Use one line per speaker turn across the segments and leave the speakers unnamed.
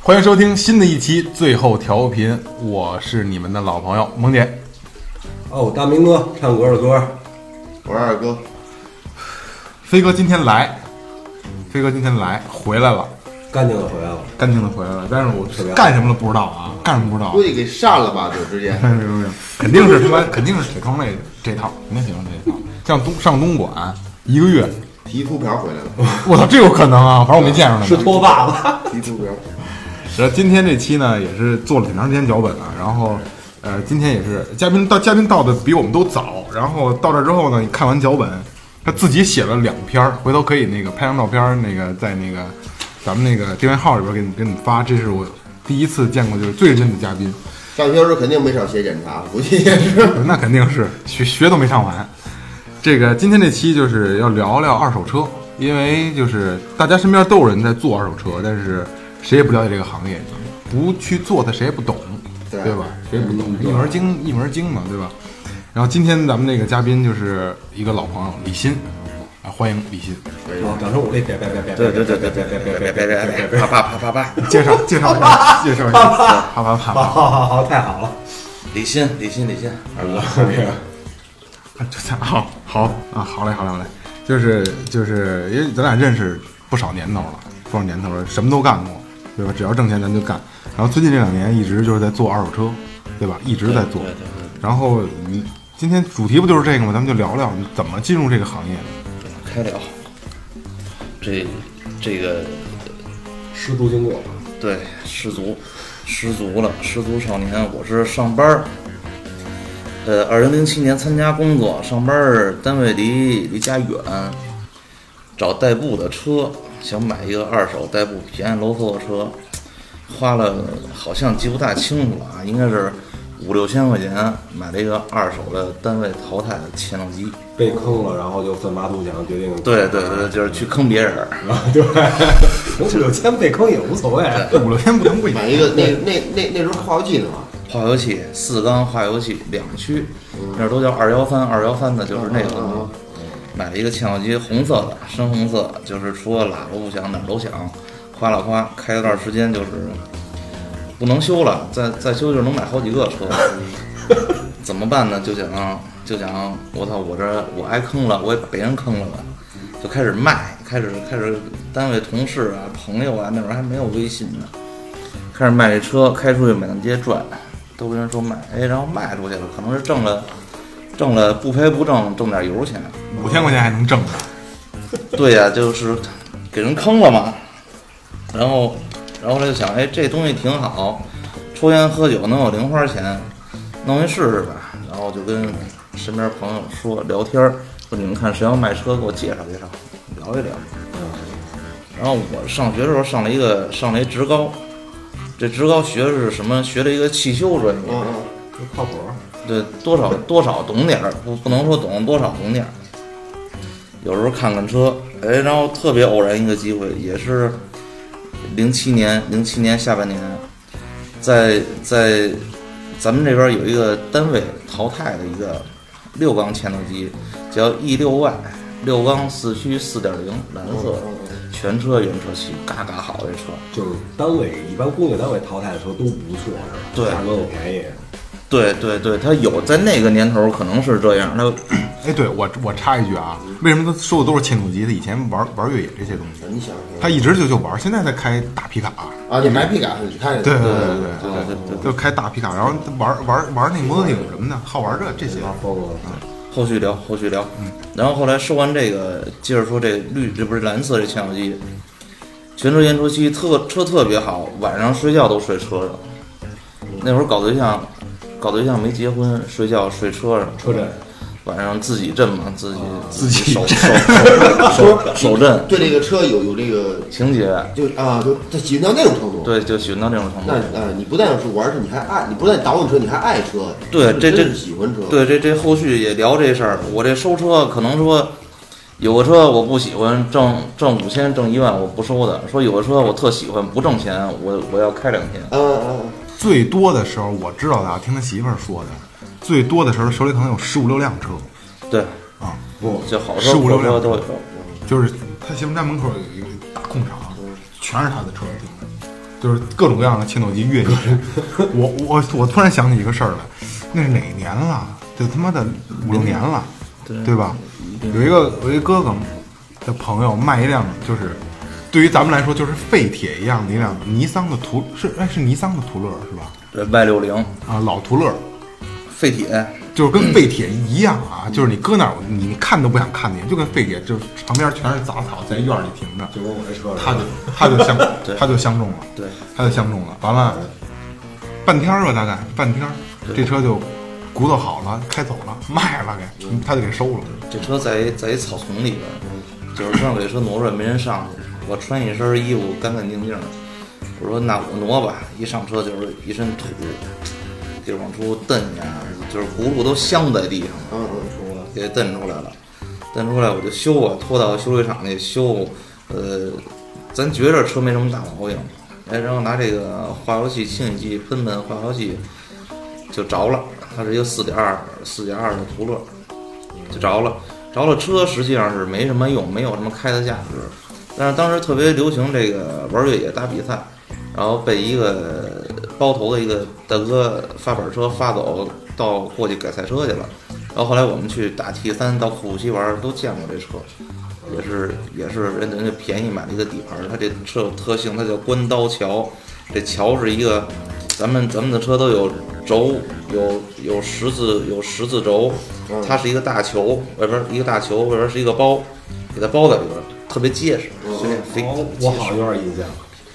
欢迎收听新的一期最后调频，我是你们的老朋友萌姐。
哦，大明哥唱歌的歌，
我是二哥，
飞哥今天来，飞哥今天来回来了，
干净的回来了。
干净的回来了。但是我
别好
干什么了不知道啊，干什么不知道啊
估。计给删了吧，就直接。
没有没有没有，肯定是他妈肯定是铁窗类这套，肯定铁窗这套。像东上东莞一个月，
提秃瓢回来了，
我操，这有可能啊！反正我没见着呢。
拖把吧？
提秃瓢。
然后今天这期呢，也是做了挺长时间脚本啊，然后。呃，今天也是嘉宾到嘉宾到的比我们都早，然后到这之后呢，你看完脚本，他自己写了两篇儿，回头可以那个拍张照片儿，那个在那个咱们那个订阅号里边儿给你给你们发。这是我第一次见过就是最认真的嘉宾，
上学时候肯定没少写检查，估计也是。
呃那肯定是学学都没上完。这个今天这期就是要聊聊二手车，因为就是大家身边都有人在做二手车，但是谁也不了解这个行业，不去做他谁也不懂，
对
对吧？谁也不懂，一门精一门精嘛，对吧？然后今天咱们那个嘉宾就是一个老朋友李欣，啊，欢迎李欣，
哎
啊，掌声鼓励！别别别别别别别别别别别别别别！
啪啪啪啪啪！
介绍介绍一下，介绍一下，啪啪啪啪，
好好好好，太好了！
李欣，李欣，李欣，
就这样 好，好啊，好嘞，好嘞，好嘞，就是就是，因为咱俩认识不少年头了，不少年头了，什么都干过，对吧？只要挣钱咱就干。然后最近这两年一直就是在做二手车，对吧？一直在做。然后你今天主题不就是这个吗？咱们就聊聊你怎么进入这个行业的。
开聊。这这个
失足经过，
对失足，失足了，失足少年。我是上班儿，呃，二零零七年参加工作，上班儿单位离离家远，找代步的车，想买一个二手代步便宜楼头的车，花了好像记不大清楚了啊，应该是五六千块钱买了一个二手的单位淘汰的牵动机。
被坑了，然后就奋发图强，决定
对对 对，就是去坑别人儿。
对，五六千被坑也无所谓。
五六千不 能不
买一个那那那那时候化学技能啊，
化油器四缸化油器两驱，那都叫二幺三，二幺三的就是那个东西。买了一个嵌套机，红色的，深红色，就是除了喇叭不响哪儿都响，夸啦夸。开了段时间就是不能修了，再再修就能买好几个车。怎么办呢？就想就想，我操，我这我挨坑了，我也把别人坑了吧，就开始卖，开始开始单位同事啊、朋友啊，那会儿还没有微信呢，开始卖这车，开出去满大街转，都跟人说卖，哎，然后卖出去了，可能是挣了，挣了不赔不挣，挣点油钱。
五千块钱还能挣呢。
对呀、就是给人坑了嘛。然后，然后他就想，哎，这东西挺好，抽烟喝酒能有零花钱，弄一试试吧。然后就跟身边朋友说聊天儿，说你们看谁要卖车，给我介绍介绍，聊一聊。然后我上学的时候上了一个上了一职高，这职高学的是什么？学了一个汽修专业。
嗯嗯，
靠谱，
对，多少多少懂点儿，不不能说懂，多少懂点儿。有时候看看车，哎，然后特别偶然一个机会，也是零七年，零七年下半年，在在咱们这边有一个单位淘汰的一个六缸牵动机，叫 E 六 Y，六缸四驱四点零，蓝色
哦
的，全车原车漆，嘎嘎好这车。
就是单位一般工业单位淘汰的车都不错，是吧？价格又便宜。
对对对，它有在那个年头可能是这样，它
哎，对我我插一句啊，为什么他说的都是千古级的？以前玩玩越野这些东西，
你想
他一直就就玩，现在在开大皮卡。
啊，你买皮卡你看见
对对
了
对对对。
对对
就开大皮卡，然后玩玩玩那摩托艇什么的，好玩这这些。
疯了，
后续聊，后续聊。然后后来收完这个，接着说这绿，这不是蓝色这牵手机，全车验车漆，特车特别好，晚上睡觉都睡车上。那会儿搞对象，搞对象没结婚，睡觉睡车上。
车震，
晚上自己震嘛，自己
自己
手手手手手震
对这个车有有这个，
情节，
就啊，就他喜欢到那种程度。，
对，就喜欢到这种程度
那。啊，你不但是玩车，你还爱，你不但倒腾车，你还爱车。
对
你
这
真
这
是喜欢车。
对，这这后续也聊这事儿。我这收车可能说，有个车我不喜欢挣挣五千挣一万我不收的，说有个车我特喜欢不挣钱我我要开两天。
嗯嗯嗯，
最多的时候我知道的啊，听他媳妇儿说的，最多的时候手里可能有十五六辆车，
对，
啊，
不，
就好车
15
破
辆
车都有。
就是他媳妇儿家门口有一个大空场，全是他的车停的，就是各种各样的切诺基、越野。我我我突然想起一个事儿来，那是哪年了？就他妈的五六年了，对吧？有一个我一哥哥的朋友卖一辆，就是对于咱们来说就是废铁一样的一辆尼桑的途是哎是尼桑的途乐是吧？
对 Y 六零
啊，老途乐。
废铁，
就是跟废铁一样啊，就是你搁哪儿你看都不想看见，就跟废铁，就是旁边全是杂草，在院儿里停着，
就跟我这车似的
他就他就相
对
他就相中了，
对，
他就相中了。完了，半天儿吧，大概半天儿，这车就骨头好了，开走了，卖了给，他就给收了。
这车在一在一草丛里边，就是上给车挪出来没人上去，我穿一身衣服干干净净的。我说那我挪吧，一上车就是一身土，就往出蹬呀，就是轱辘都镶在地上了。
嗯嗯，
给蹬出来了，蹬出来我就修啊，拖到修理厂里修，呃，咱觉着车没什么大毛病，哎，然后拿这个化油器、清洗剂喷喷化油器，就着了，它是一个四点二四点二的途乐，就着了，着了车实际上是没什么用，没有什么开的价值，但是当时特别流行这个玩越野大比赛，然后被一个包头的一个大哥发板车发走，到过去改赛车去了。然后后来我们去打 T 三到库布西玩儿，都见过这车，也是也是人人家便宜买了一个底盘儿，它这车有特性，它叫关刀桥，这桥是一个，咱们咱们的车都有轴，有有十字有十字轴，它是一个大球，外边儿一个大球，外边儿是一个包，给它包在里边儿，特别结实，随便飞。
哦我好像有点印象，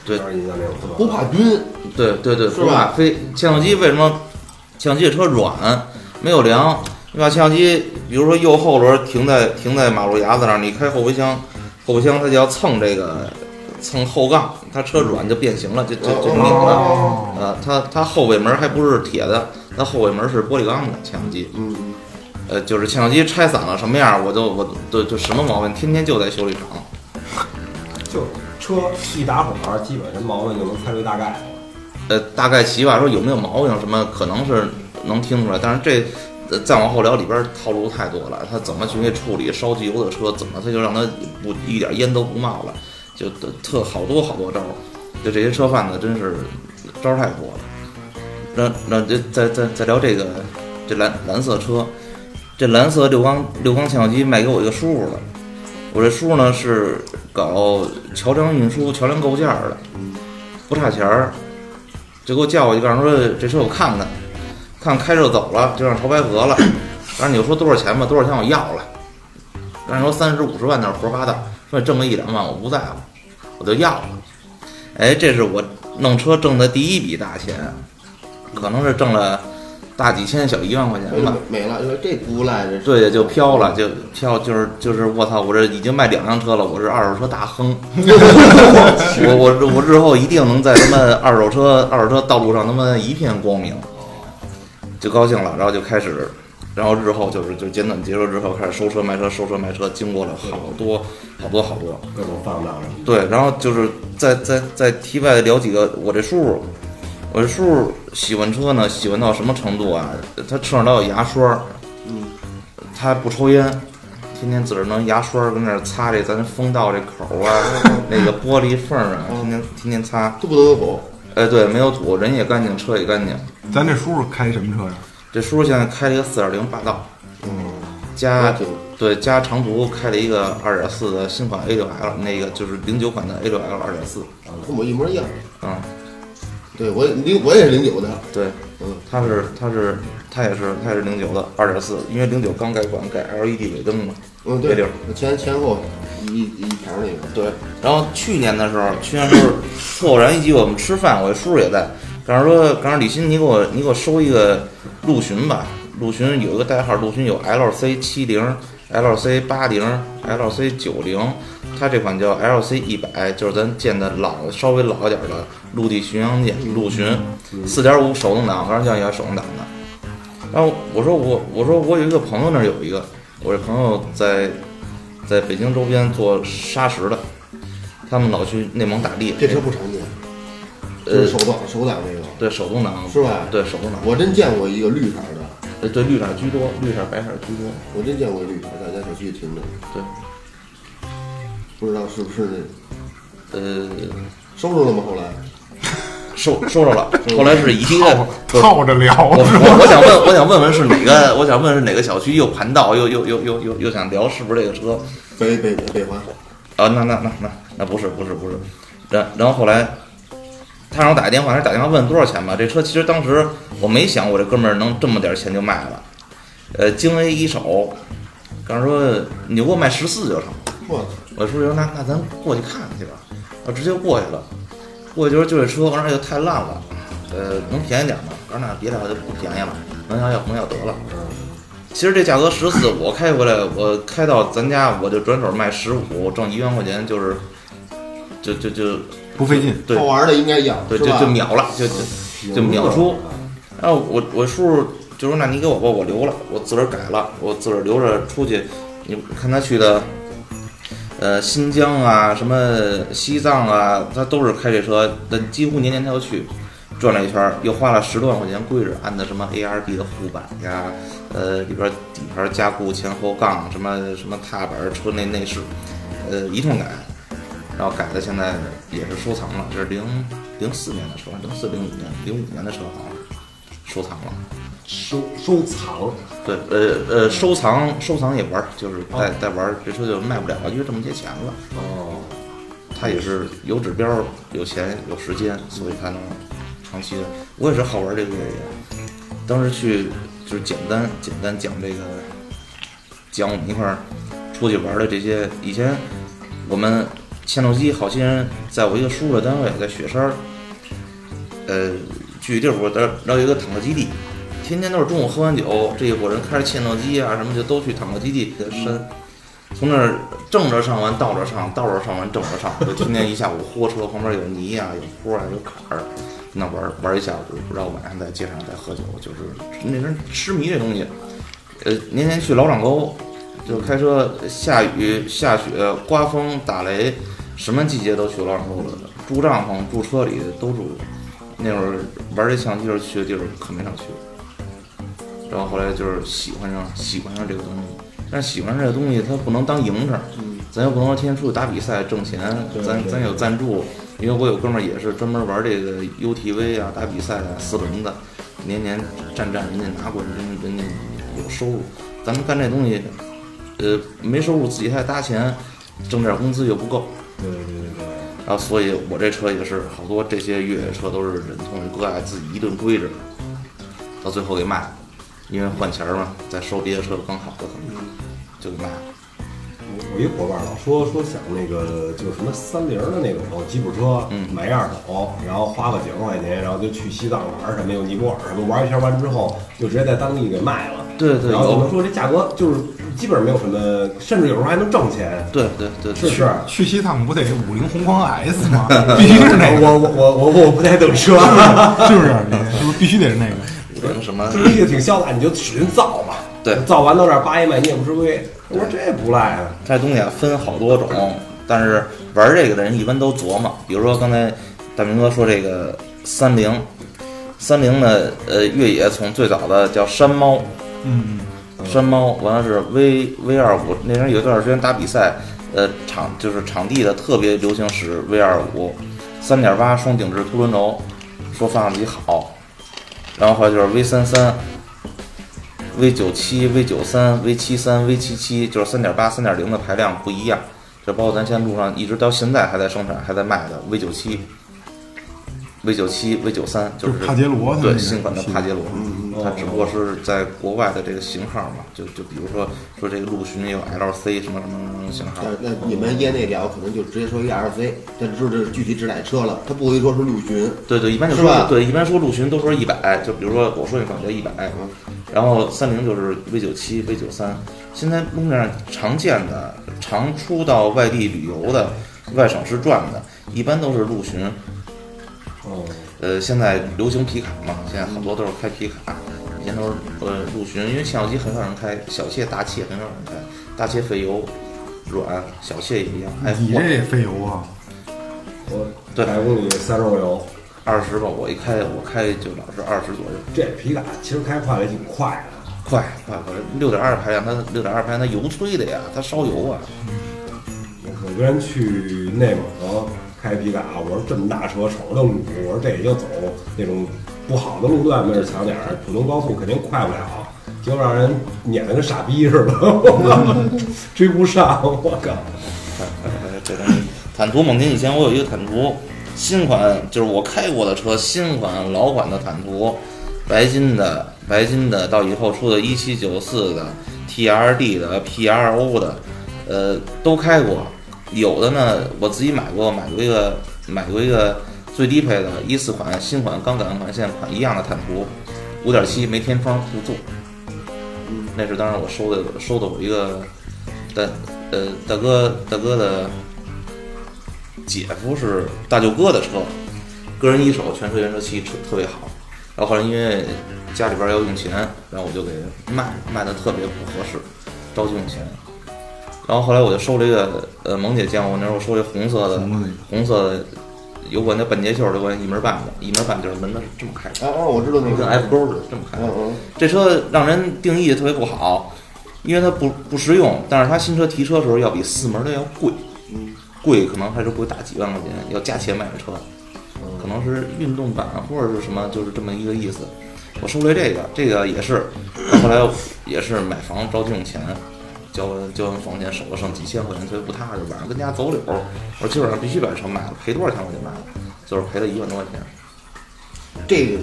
对
有点印象这种车。
不怕晕，
对对对，
是
不
吧
怕飞。切诺基为什么切诺基的车软，没有梁？你把切诺基，比如说右后轮停在停在马路牙子上，你开后备箱，后备箱它就要蹭这个蹭后杠，它车软就变形了，就就就拧了。
哦，
呃，它它后尾门还不是铁的，它后尾门是玻璃钢的切诺基。
嗯，
呃，就是切诺基拆散了什么样，我就我就就什么毛病，天天就在修理厂。
就车一打火儿，基本上毛病就能猜出大概。
呃，大概齐吧，说有没有毛病什么，可能是能听出来，但是这。呃再往后聊，里边儿套路太多了。他怎么去给处理烧机油的车？怎么他就让他不一点烟都不冒了？就特特好多好多招儿。就这些车贩子真是招儿太多了。那那这再再再聊这个这蓝蓝色车，这蓝色六缸六缸切诺基卖给我一个叔叔了。我这叔叔呢是搞桥梁运输、桥梁构件儿的，不差钱儿。就给我叫过去，告诉说这车我看看，看开着走了就让潮白河了。但是你就说多少钱吧，多少钱我要了。但是说三十五十万那是胡说八道，说你挣个一两万我不在乎，我就要了。哎，这是我弄车挣的第一笔大钱，啊可能是挣了大几千小一万块钱吧。
没了，说这不赖这。
对，就飘了，就飘，就是就是，我操！我这已经卖两辆车了，我是二手车大亨，我我我日后一定能在他妈二手车二手车道路上他妈一片光明，就高兴了，然后就开始，然后日后就是就简短结束之后开始收车卖车收车卖车，经过了好多好多好多，
各种放荡什么
对，然后就是再再再题外聊几个，我这叔叔，我这叔叔喜欢车呢，喜欢到什么程度啊？他车上老有牙刷，嗯，他还不抽烟，天天自个儿弄牙刷跟那儿擦这咱风道这口啊，那个玻璃缝儿啊，天天天天擦。
都不得口，
哎，对，没有土，人也干净，车也干净。
咱这叔叔开什么车呀？
这叔叔现在开了一个四点零霸道，嗯，加
那就
对加长途开了一个二点四的新款 A 六 L，那个就是零九款的 A 六 L 二点四，
跟我一模一样。
嗯。
对我也零我也是零九的，
对，
嗯，
它是它是它也是它也是零九的二点四，因为零九刚改款改 LED 尾灯嘛。
嗯
这地
对
儿，
前前后一一条那个，
对，然后去年的时候，去年的时候特偶然一集我们吃饭，我这叔叔也在，赶上说赶上李鑫，你给我你给我收一个陆巡吧，陆巡有一个代号，陆巡有 LC 七零、LC 八零、LC 九零，它这款叫 LC 一百，就是咱见的老稍微老一点的陆地巡洋舰陆巡，四点五手动挡，当时像也是手动挡的。然后我说我我说我有一个朋友那儿有一个，我这朋友在在北京周边做砂石的，他们老去内蒙打猎，
这车不常见，就
呃
是手挡手挡这个，
对手动挡
是吧
对手动挡，
我真见过一个绿色的，
对对绿色居多，绿色白色居多。
我真见过绿色，在家小区停着，
对，
不知道是不是那
呃，
收着了吗？后来
收 收着了。后来是一个，我
套着聊，
我我我想问，我想问问是哪个？我想问是哪个小区又盘道，又又又又又又想聊是不是这个车？
北北北环，
啊，那那那那那不是不是不是，然然后后来，他让我打一电话，他打电话问多少钱吧。这车其实当时我没想我这哥们儿能这么点钱就卖了，呃，京 A 一手，刚说你给我卖十四就成。
我
我叔说那那咱过去看看去吧，我直接过去了，过去就是就这车，我说哎呦太烂了，呃，能便宜点吗？我说那别的就不便宜了，能要要不能要得了。其实这价格十四，我开回来，我开到咱家我就转手卖十五，挣一万块钱就是，就就就
不费劲。
对
好玩的应该要，
对，
是
就
吧哦
就秒了，就就就秒出。
嗯
然后我我叔就说：“那你给我吧，我留了，我自个儿改了，我自个儿留着出去。你看他去的，呃，新疆啊，什么西藏啊，他都是开这车，但几乎年年他要去。”转了一圈儿，又花了十多万块钱归置，按的什么 ARB 的护板呀，呃，里边儿底盘加固、前后杠什么什么踏板、车内内饰，呃，一通改，然后改的现在也是收藏了，这是零零四年的车，零四零五年零五年的车好像是收藏了。
收收藏，
对，呃呃，收藏收藏也玩儿，就是在在玩儿，这车就卖不了了，因为挣不些钱了。
哦，
他也是有指标、有钱、有时间，所以才能长期的。我也是好玩这个人，当时去就是简单简单讲这个，讲我们一块儿出去玩的这些。以前我们牵头机好心人，在我一个叔叔的单位，在雪山儿，呃，去地儿我那儿那儿有一个坦克基地。天天都是中午喝完酒，这一伙人开着牵头机啊什么，就都去坦克基地山从那儿正着上完，倒着上，倒着上完，正着上，就天天一下午豁车，旁边有泥呀、有坡啊，有坎儿，那玩儿玩一下午，然后晚上在街上再喝酒，就是那人痴迷这东西。呃，年年去老掌沟，就开车下雨、下雪、刮风、打雷，什么季节都去老掌沟了，住帐篷、住车里都住。那会儿玩这相机时候去的地儿可没少去，然后后来就是喜欢上喜欢上这个东西。但是喜欢这个东西，它不能当营生，咱又不能说天天出去打比赛挣钱，咱咱有赞助，因为我有哥们儿也是专门玩这个 UTV 啊，打比赛啊，四轮子，年年站站人家拿冠军，人家有收入，咱们干这东西，呃，没收入自己还搭钱，挣点工资又不够，
对对对对。
然后所以我这车也是好多这些越野车都是忍痛割爱，自己一顿规着，到最后给卖了，因为换钱儿嘛，再收别的车更好的可
嗯
能就给卖了。
我一伙伴老说说想那个就是什么三菱的那种吉普车，
嗯
买一二手，然后花个几万块钱，然后就去西藏玩儿什么，有尼泊尔什么，玩一圈完之后就直接在当地给卖了。
对对
然后
有
我们说这价格就是基本上没有什么，甚至有时候还能挣钱，
对对对，
是不是？
去西藏不得五菱宏光 S 吗？必须是那个，
我我我我我不太懂车，
是不是？你是不是必须得是 那个？
那个什么，
第一个挺潇洒，你就使劲造吧。
对
造完到这儿扒一卖，你也不吃亏。我说这不赖啊，
这东西啊分好多种，但是玩这个的人一般都琢磨。比如说刚才大明哥说这个三菱，三菱呢，呃，越野从最早的叫山猫，
嗯，
山猫，完了是 V V 二五，那时候有一段时间打比赛，呃，场就是场地的特别流行使 V 二五，三点八双顶置凸轮轴，说发动机好，然后后来就是 V 三三。V 九七、V 九三、V 七三、V 七七，就是三点八、三点零的排量不一样，就包括咱现在路上一直到现在还在生产、还在卖的 V 九七， V 九七、V 九三，就是
就是帕杰罗它那嗯
对
个
新款的帕杰罗，它
哦
只不过是在国外的这个型号嘛，就就比如说说这个陆巡有 LC 什么什么什么型号
那，呃那你们业内聊，可能就直接说一 LC，这就是具体指哪车了，他不会说是陆巡，
对对，一般就是
吧
说对，一般说陆巡都说一百，就比如说我说一款叫一百，然后三菱就是 V 九七、V 九三，现在路面上常见的、常出到外地旅游的、外省市转的，一般都是陆巡。
哦，
呃，现在流行皮卡嘛，现在好多都是开皮卡，以前都是呃陆巡，因为切小机很少人开，小切大切很少人开，大切费油软，小切也一样，还
你这也费油啊？
我
对
百公里三十公里油，
二十吧，我一开我开就老是二十左右。
这皮卡其实开快了也挺快的，
快快快！六点二排量，它六点二排量，它油吹的呀，它烧油啊。
我跟人去内蒙开皮卡，我说这么大车瞅着都堵，我说这也就走那种不好的路段没人强点儿，普通高速肯定快不了，结果让人撵得跟傻逼似的，我靠追不上，我靠！
快快快！这东西， 坦途猛禽以前我有一个坦途，新款就是我开过的车，新款老款的坦途，白金的白金的，到以后出的一七九四的 TRD 的 PRO 的，呃，都开过。有的呢，我自己买过，买过一个买过一个最低配的一四款新款刚改完款现款一样的坦途，五点七没天窗后座。那是当时我收的收的我一个大呃大哥大哥的姐夫是大舅哥的车，个人一手全车原车漆车特别好。然后后来因为家里边要用钱，然后我就给卖了卖的特别不合适，着急用钱。然后后来我就收了一个呃萌姐见过那时候我收了一红色的
红色那个
红色的，有管那半截袖儿，有管一门半的，一门半就是门的是这么开的，
啊啊，我知道那
跟
个，
F 勾似的这么
哦
开的。
嗯嗯，
这车让人定义特别不好，因为它不不实用，但是它新车提车的时候要比四门的要贵，贵可能还是贵大几万块钱，要加钱买的车，可能是运动版或者是什么，就是这么一个意思。我收了这个，这个也是，后来也是买房着急用钱，交完交完房钱手头剩几千块钱，特别不踏实，晚上跟家走柳儿，我说今晚上必须把这车卖了，赔多少钱我就卖了，最后赔了一万多块钱。
这个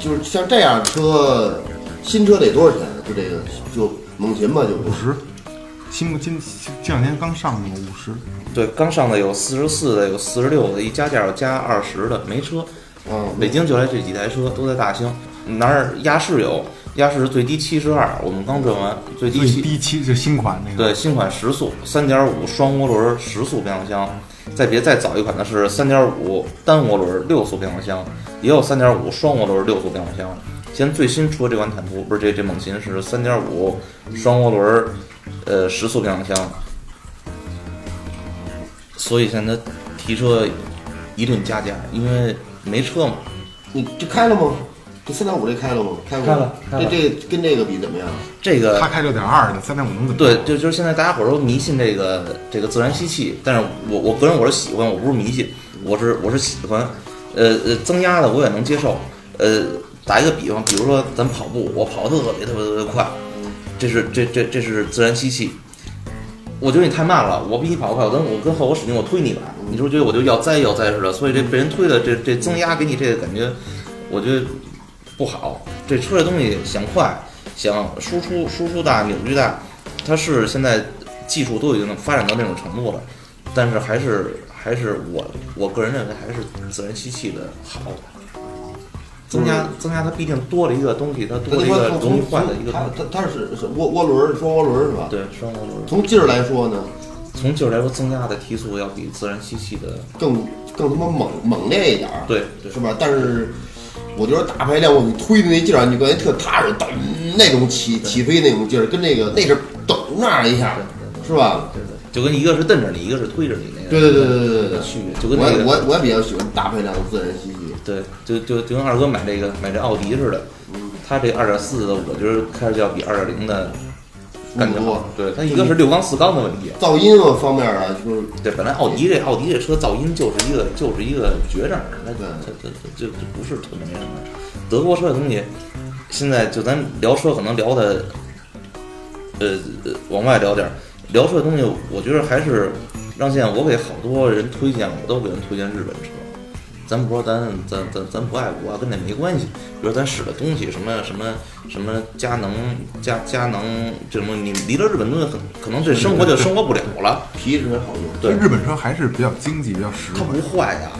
就是像这样的车，新车得多少钱？就这个就猛禽吧，就
五十，新今这两天刚上的五十，
对，刚上的有四十四的，有四十六的，一加价有加二十的，没车。
嗯，
北京就来这几台车都在大兴，哪儿鸭市有？鸭市最低七十二，我们刚转完最低
最
七。
低七就新款那个，
对，新款时速三点五双涡轮十速变速箱，再别再早一款的是三点五单涡轮六速变速箱，也有三点五双涡轮六速变速箱。现在最新出的这款坦途不是这这猛禽是三点五双涡轮，呃十速变速箱。所以现在提车一顿加价，因为没车嘛。
你这开了吗？这三点五这开了吗？开过
开了开了
这这跟这个比怎么样？
这个
他开六点二的，三点五能怎么？啊
对，就就是现在大家伙儿都迷信这个这个自然吸气，但是我我个人我是喜欢，我不是迷信，我是我是喜欢，呃呃，增压的我也能接受。呃，打一个比方，比如说咱跑步，我跑得特别特别特别快，这是这这这是自然吸气。我觉得你太慢了，我比你跑得快，我跟我跟后我使劲，我推你吧，你是不是觉得我就要栽要栽似的？所以这被人推的这这增压给你这个感觉，我觉得不好。这车这东西想快，想输出输出大，扭矩大，它是现在技术都已经发展到那种程度了，但是还是还是我我个人认为还是自然吸气的好。增加增加，它毕竟多了一个东西，它多了一个容易坏的一个
它
东西。
它它是是涡涡轮双涡轮是吧？
对，双涡轮。
从劲儿来说呢，
从劲儿来说，增压的提速要比自然吸气的
更更他妈猛猛烈一点儿，
对对
是吧？但是我觉得大排量，你推的那劲儿，你感觉特踏实，噔那种起起飞那种劲儿，跟那个那是噔那一下，是吧？
就跟一个是蹬着你，一个是推着你那个。
对对对对对对对
区别就
我
跟那个
我我也比较喜欢大排量的自然吸气，
对，就就就跟二哥买这个买这奥迪似的，
嗯
他这二点四的，我觉得开着就要比二点零的感觉
舒服
好
多。
对，它一个是六缸四缸的问题。
噪音啊方面啊，就是
对，本来奥迪这奥迪这车噪音就是一个就是一个绝症，那
对
它它它就就不是特别那什么。德国车这东西，现在就咱聊车可能聊的，呃，呃往外聊点儿，聊车的东西，我觉得还是让现在我给好多人推荐，我都给人推荐日本车。咱不说咱咱咱咱不爱国啊，跟那没关系。比如咱使的东西什么什么什么佳能佳佳能，这什么你离了日本东西，很可能这生活就生活不了了。
皮实好用。
对，
日本车还是比较经济，比较实
它
惠
不，坏呀，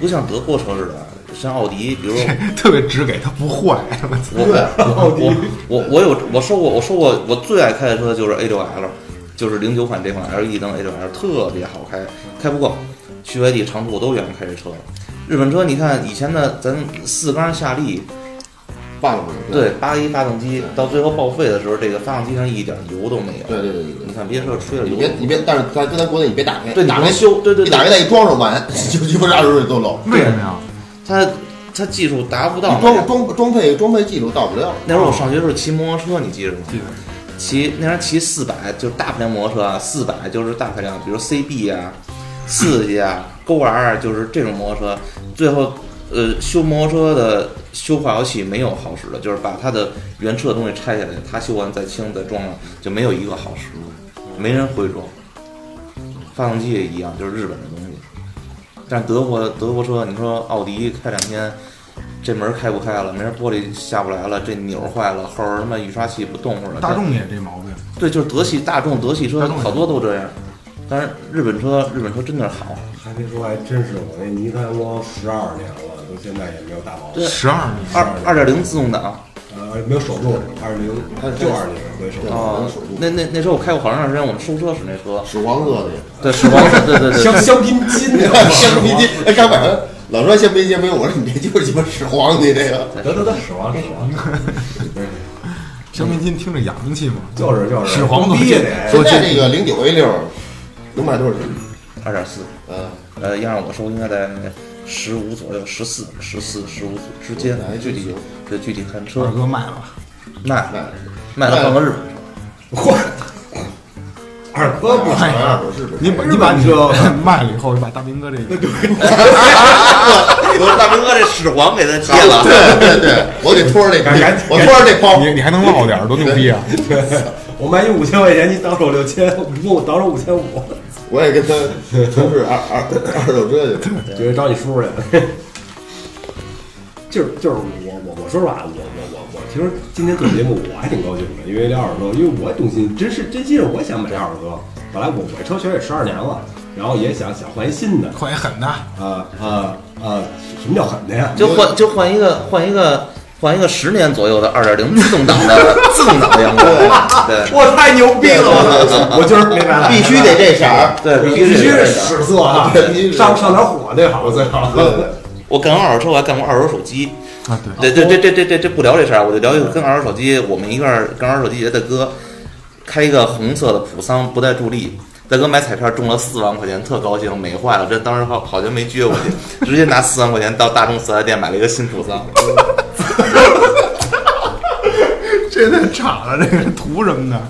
不像德国车似的，像奥迪，比如说
特别直给，它不坏。我操
我我我我有我说过，我说过我最爱开的车就是 A 6 L，就是零九款这款 L E 灯 A 6 L 特别好开，开不够，去外地长途我都愿意开这车。日本车你看以前的咱四缸夏利，
棒子。
对八一发动机，到最后报废的时候，这个发动机上一点油都没有。
对对对对对
你看别的车吹了
你
油
别，你别，但是咱跟咱国内你别打开，
对你
打
不
开
能修对对
你
对
打开再一装上完， 就鸡巴二十岁都漏。
为什么呀？
它它技术达不到
你。装装装配装配技术到不了，
那会儿我上学的时候骑摩托车，你记着吗？
记得
骑那时候骑四百，就是大排量摩托车啊，四百就是大排量，比如 CB 啊、四系啊、勾 R 就是这种摩托车。最后，呃，修摩托车的修化油器没有好使的，就是把它的原车的东西拆下来，它修完再清再装上，就没有一个好使的，没人会装。发动机也一样，就是日本的东西。但是德国德国车，你说奥迪开两天，这门开不开了，明儿玻璃下不来了，这钮儿坏了，后边儿他妈雨刷器不动了，
大众也这毛病，
对，就是德系、大众、德系车
大众也
好多都这样，但是日本车，日本车真的好。
还别说，还真是我那尼桑光十二年了，到现在也没有大毛病，
对
十二年
二二点零自动挡啊
呃，没有守住二零，就二零没守住。
啊，那那那时候我开过好长时间，我们收车使那车，
屎黄色的呀。
对，是黄色，对对对
香
对，
香槟金，
橡皮筋，哎，刚买完，老说橡皮筋没有，我说你这就是鸡巴屎黄，你这个。
得得得，死亡死亡，
香槟金听着洋气嘛。
就是就是
始皇都
必须
哎
得
说
现在
这
这个零九 A 六能卖多少钱？
二点四，
呃，
呃，要让我收应该在十五左右，十四、十四、十五之间
哎，
具体这具体看
二
车
哥卖了吧，
卖
卖了
卖了换个日本车，
嚯，二哥不
卖二手是不是？
你把你把你 卖了以后，你把大明哥这 个
我大明哥这屎黄给他贴
对对对，我得拖着这，
赶赶紧
我拖着这包。
你你还能落点儿，多牛逼啊！
我卖你五千块钱，你倒手六千，不倒手五千五，
我也跟他从事二二二手车去。
觉得找你叔叔 去。就是就是我我我说实话，我我我我其实今天做节目我还挺高兴的，因为聊二手车，因为我动心，真是真心是我想买二手车。本来我我车学也十二年了，然后也想想换一新的，
快狠的，
呃呃呃，什么叫狠的呀？
就换就换一个换一个换一个十年左右的二点零自动挡的自动挡的阳光，对。
我太牛逼了！ 我我就是明白了，
必须得这色儿，
对，必
必
须
须是
是这个。
屎色啊
对，
上上点火最好最好。
我干过二手车，我还干过二手手机。
啊对，
这这这这这这这不聊这事儿，我就聊一个跟二手手机，我们一块儿跟二手手机节的哥，开一个红色的普桑，不带助力。大哥买彩票中了四万块钱，特高兴，美坏了。这当时好好久没撅过去，直接拿四万块钱到大众四 S 店买了一个新普桑。
这太差了，这个图什么的，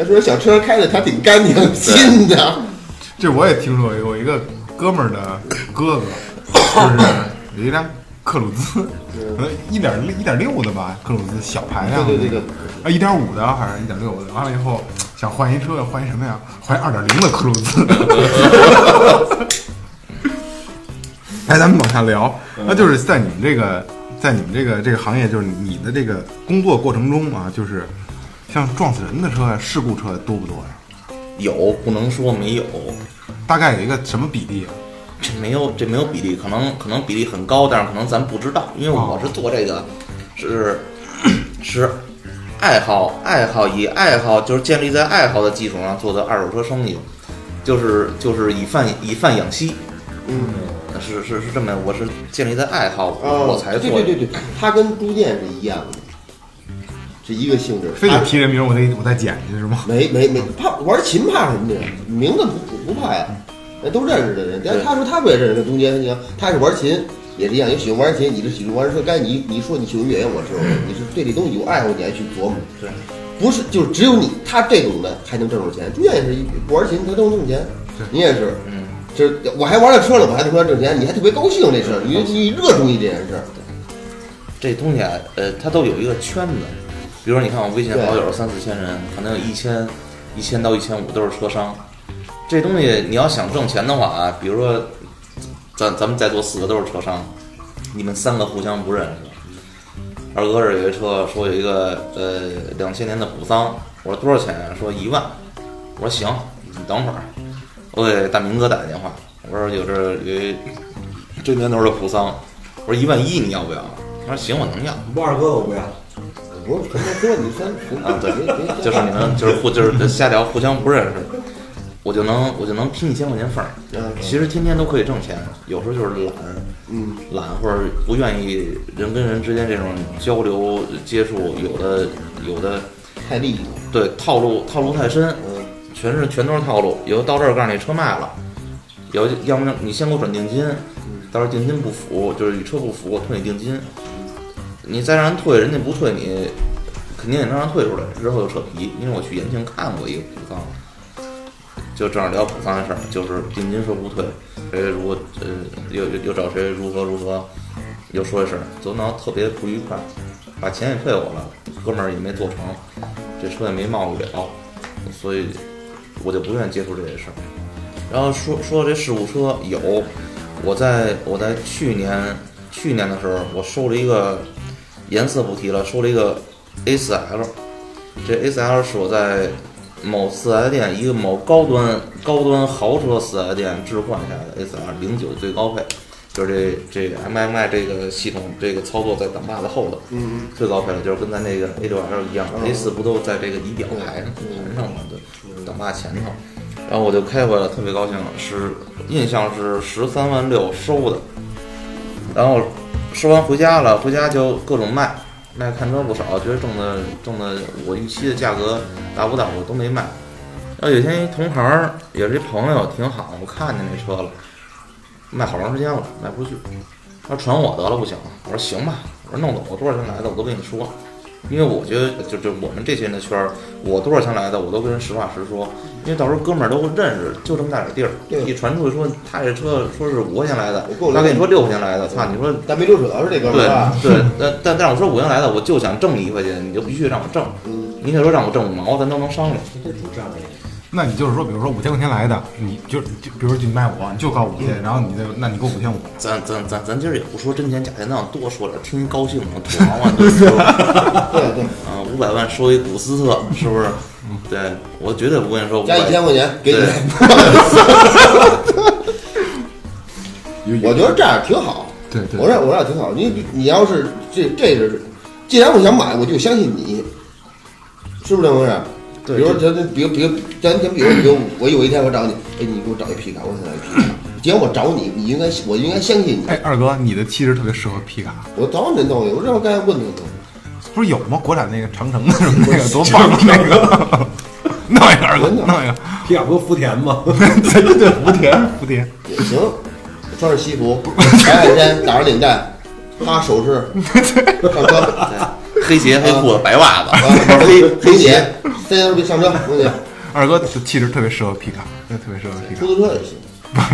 要说小车开的它挺干净，新的。
这我也听说过，我一个哥们儿的哥哥，就是有一辆克鲁兹，可能一点一点六的吧，克鲁兹小排量的，
对对对对
啊一点五的还是一点六的，完了以后想换一车，换一什么呀？换一二点零的克鲁 兹。哎，咱们往下聊，那就是在你们这个，在你们这个这个行业，就是你的这个工作过程中啊，就是像撞死人的车、事故车多不多呀、
有不能说没有，
大概有一个什么比例啊？
这没有这没有比例，可能可能比例很高，但是可能咱不知道，因为我是做这个是是爱好爱好以爱好就是建立在爱好的基础上做的二手车生意，就是就是以贩以贩养吸，嗯，是是是这么，我是建立在爱好
啊，
我才
对
做
对
的，
对对，它跟猪店是一样的，是一个性质。
非得
它
提人名，我得我再剪去是吗？
没没没怕玩琴怕什么呀？名字不不怕呀，那都认识的人。但他说他不也认识，这中间你看他是玩琴也是一样，你喜欢玩琴，你是喜欢玩车，该你你说你喜欢越野，我是你是对这东西有爱好，你还去琢磨。
对，
不是就是只有你他这种的才能挣着钱，中间也是一不玩琴他都能挣钱，你也是。
嗯，
就是我还玩了车了，我还能说挣钱，你还特别高兴这事儿，你你热衷于这件事儿，
这东西啊，呃，它都有一个圈子，比如说你看我微信
对
好友三四千人，可能有一千、一千到一千五都是车商，这东西你要想挣钱的话啊，比如说咱咱们在座四个都是车商，你们三个互相不认识。二哥这儿有一车，说有一个呃两千年的普桑，我说多少钱啊？说一万。我说行，你等会儿，我给大明哥打个电话，我说有这有一这年头的普桑，我说一万一你要不要？他说行，我能要。
不二哥我不要，
不是，咱说你先
啊，对
别别，
就是你们就是互就是瞎聊，互相不认识，我就能我就能拼一千块钱份儿。
嗯
其实天天都可以挣钱，有时候就是懒，
嗯，
懒或者不愿意人跟人之间这种交流接触，有的有的
太利益了，
对套路套路太深，
嗯
全是全都是套路。有的到这儿告诉你车卖了，有的要不然你先给我转定金，到时候定金不符，就是你车不符，我退你定金。你再让人退，人家不退你，肯定也能让人退出来，之后就扯皮。因为我去延庆看过一个普桑，就正好聊普桑的事儿，就是定金说不退，谁如果呃又又又找谁如何如何，又说一声，就闹得特别不愉快，把钱也退我了，哥们儿也没做成，这车也没卖不了，所以我就不愿意接触这些事儿。然后说说这事故车有，我在我在去年去年的时候，我收了一个颜色不提了，收了一个 A4L，这 A4L 是我在某四 S 店一个某高端高端豪车四 S 店置换下来的 A4L 零九最高配，就是这这 MMI 这个系统这个操作在挡把子后头，
嗯，
最高配了，就是跟咱这个 A6L 一样、a 4不都在这个仪表盘
嗯
盘上吗？对，挡把前头。然后我就开回来，特别高兴，是印象是十三万六收的，然后收完回家了，回家就各种卖，卖看车不少，觉得挣的挣的我预期的价格达不到，我都没卖。然后有一天一同行儿也是一朋友，挺好，我看见那车了，卖好长时间了，卖不出去。他说传我得了，不行吗？我说行吧，我说弄走我多少钱来的我都跟你说，因为我觉得就就我们这些人的圈儿，我多少钱来的我都跟人实话实说，因为到时候哥们儿都认识，就这么大点地
对
儿，一传出去说他这车说是五块钱来的
我够，了
他跟你说六块钱来的，操你说
但没流水啊，是这哥们
对
儿啊，
对，但但但我说五元来的，我就想挣你一块钱，你就必须让我挣。
嗯，
你可说让我挣五毛，咱都能商量。
这主张也
那你就是说，比如说五千块钱来的，你就就比如说你卖我，你就告五千，然后你再那你给我五千五，
咱咱咱咱今儿也不说真钱假钱，咱想多说点，听高兴嘛，土豪嘛，就是说
对对，
啊，五百万收一古斯特，是不是？对，我绝对不跟你说五
嗯加
百。
一千块钱给你，
有有
我觉得这样挺好，
对对，
我这我这挺好，你你要是这这是，既然我想买，我就相信你，是不是这么回事？
对
比如咱咱比如比如咱咱比如比如我有一天我找你，哎，你给我找一皮卡，我想要一皮卡。既然我找你，你应该我应该相信你。
哎，二哥，你的气质特别适合皮卡，
我早晚得弄去，我这该问问他。
不是有吗？国产那个长城的什么那个多棒啊那个， 弄一个二哥，
真的
弄一个，
皮卡不是福田吗？
对对对， 福田福田，
也行，穿着西服，白汗衫，打着领带，哈手 势，上车，啊，
黑鞋、黑裤子、白袜 子，
黑黑姐，三爷别上车，兄弟，
二哥的气质特别适合皮卡，真的特别适合皮卡
出，租车也行。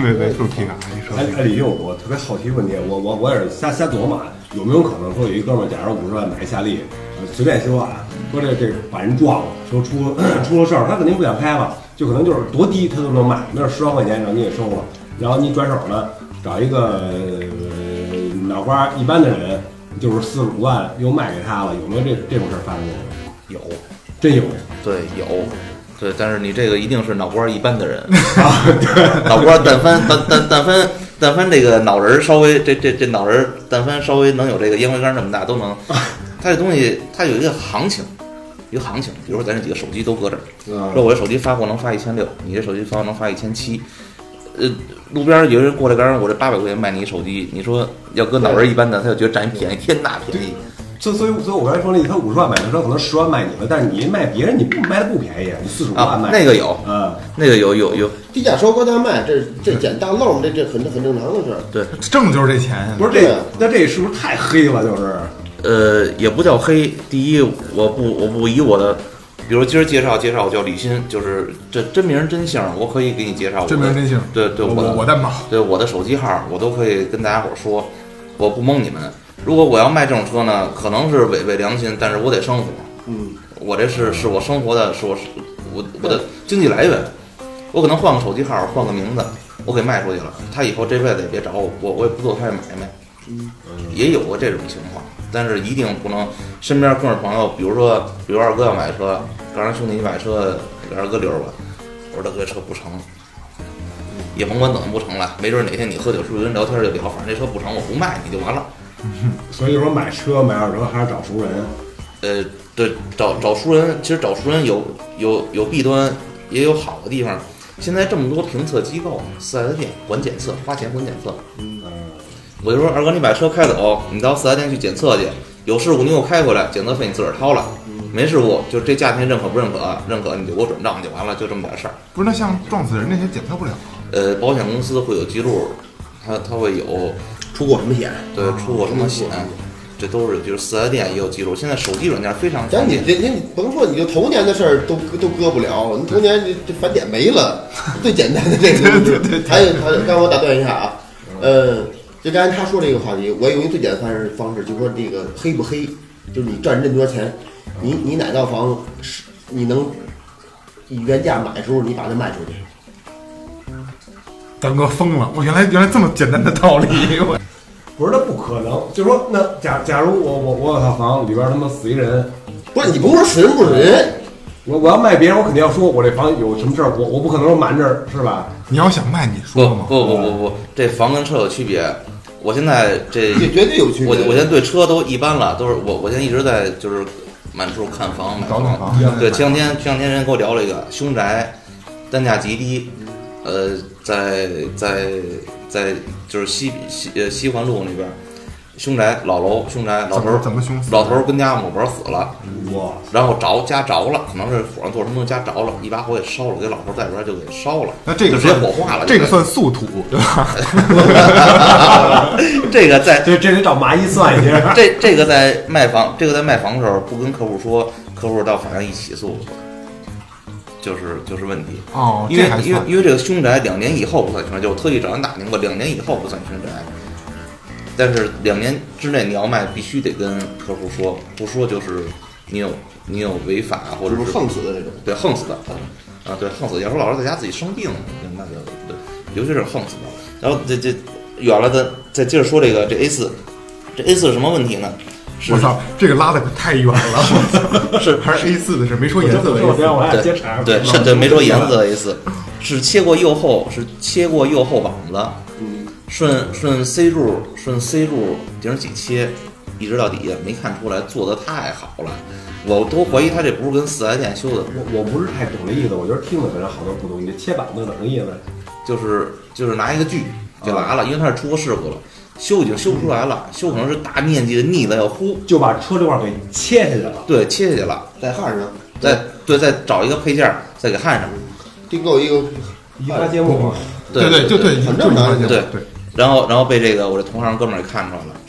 对对，就是皮卡， 你说
哎哎，李佑，我特别好奇问题，我我我也是瞎瞎琢磨，啊有没有可能说有一哥们儿，假如五十万买一夏利，呃随便修啊，说这这把人撞了，说出出了 事儿，他肯定不想开了，就可能就是多低他都能卖，那十万块钱让你给收了，然后你转手呢，找一个、呃脑瓜一般的人，就是四十五万又卖给他了，有没有这这种事儿发生过？
有，
真有，
对有，对，但是你这个一定是脑瓜一般的人，
啊
脑瓜但凡但但但凡但凡这个脑仁儿稍微这这这脑仁儿但凡稍微能有这个烟灰缸这么大都能，它这东西它有一个行情，一个行情，比如说咱这几个手机都搁这儿，
嗯啊
说我这手机发货能发一千六，你这手机发货能发一千七，呃，路边儿有人过来跟人我这八百块钱卖你一手机，你说要搁脑仁儿一般的，他就觉得占你便宜，天大便宜。
所以所以所以我刚才说那，他五十万买的车，可能十万卖你了，但是你卖别人，你不卖的不便宜，你四十五万
啊
卖、，
那个有，
嗯。
那个有有有，
低价收高价卖，这这捡大漏嘛，这这很很正常的事儿。
对，
挣的就是这钱，
不是
对
这
啊，
那这是不是太黑了？就是
呃，也不叫黑。第一，我不我不以我的，比如今儿介绍介绍，我叫李鑫，就是这真名真姓，我可以给你介绍我的。
真名真姓，
对对，
我
的
我担保，
对我的手机号，我都可以跟大家伙儿说，我不蒙你们。如果我要卖这种车呢，可能是违背良心，但是我得生活。
嗯，
我这是是我生活的，是我我我的经济来源。我可能换个手机号，换个名字，我给卖出去了，他以后这辈子也别找我，我我也不做他的买卖。也有过这种情况，但是一定不能身边哥们儿朋友，比如说，比如二哥要买车，告诉他兄弟你买车给二哥留着吧，我说大哥这车不成，也甭管怎么不成了，没准哪天你喝酒出去跟人聊天就聊，反正这车不成我不卖你就完了。
所以说买车买二手车还是找熟人，
呃，对，找找熟人，其实找熟人有有有弊端，也有好的地方。现在这么多评测机构、四 S 店管检测，花钱管检测。呃
嗯，
我就说二哥，你把车开走，你到四 S 店去检测去，有事故你给我开回来，检测费你自个儿掏了。没事故，就这价钱认可不认可？认可你就给我转账就完了，就这么点事儿。
不是那像撞死人那些检测不了啊，
呃，保险公司会有记录，它它会有
出过什么险？
对出过什么险，这都是就是四 S 店也有记录。现在手机软件非常
但
方
你
便。
这你甭说，你就头年的事儿都都搁不了，你头年这这返点没了，最简单的这个。对对还有还有，刚才我打断一下啊，呃，就刚才他说这个话题，我用一最简单的方式方式，就是说这个黑不黑，就是你赚人家多少钱，你你哪套房是你能以原价买的时候，你把它卖出去。
丹哥疯了，我原来原来这么简单的道理， 我
不是那不可能。就说那假假如我我我有套房里边他妈死一人，
不是你甭说死人不死人，
我我要卖别人，我肯定要说我这房有什么事儿，我我不可能说瞒着是吧？
你要想卖你说
不
嘛，
不不不不，这房跟车有区别。我现在这
这绝对有区别。
我我现在对车都一般了，都是我我现在一直在就是满处看房买
找找
房。
房子
对，前两天前两天人跟我聊了一个凶宅，单价极低，呃，在在在就是西西呃西环路那边，凶宅老楼凶宅老头儿
怎么怎么凶死的
老头儿跟家抹脖死了，
哇，
然后着家着了，可能是火上做什么东西家着了，一把火给烧了，给老头儿在里边就给烧了，
那这个
就直
算
接火化了，
这个
就
算速土 对吧？
这个在
这这得找麻衣算一下。
这这个在卖房，这个在卖房的时候不跟客户说，客户到法院一起诉，就是就是问题。
哦，
因为
这还
因为
算。
因为这个凶宅两年以后不算凶宅，就我特意找人打听过，两年以后不算凶宅。但是两年之内你要卖，必须得跟客户说，不说就是你有你有违法或
我
者
这不
是
是横死的这种。
对横死的啊，对横死。要说老师在家自己生病，那就对，尤其是横死的。然后这这远了，再再接着说这个这 A 四，这 A 四是什么问题呢？是
我操，这个拉的可太远 了，
是
还是 A 四的事，没说
我
颜
真
色
不
的
是我
A
这样，我
四，
还
对
啊接茬儿。
对，是对，没说颜色的 A 四，是切过右后，是切过右后膀子，顺顺 C 柱，顺 C 柱顶几切，一直到底下，没看出来，做的太好了，我都怀疑他这不是跟四 S 店修的，
我我不是太懂这意思，我觉得听的反正好多不懂。你这切板子怎么意思？
就是就是拿一个锯
啊
就来了，因为他是出过事故了，修已经修不出来了，修可能是大面积的腻了要呼，
就把车这块儿给切下去了。
对，切下去了，
在汉上
再对再找一个配件儿再给焊上，
订购一个，
移花接木嘛，
对
对
就对，
很
就
正
你
常
发现
对
了对，
然后然后被这个我这同行哥们儿给看出来了，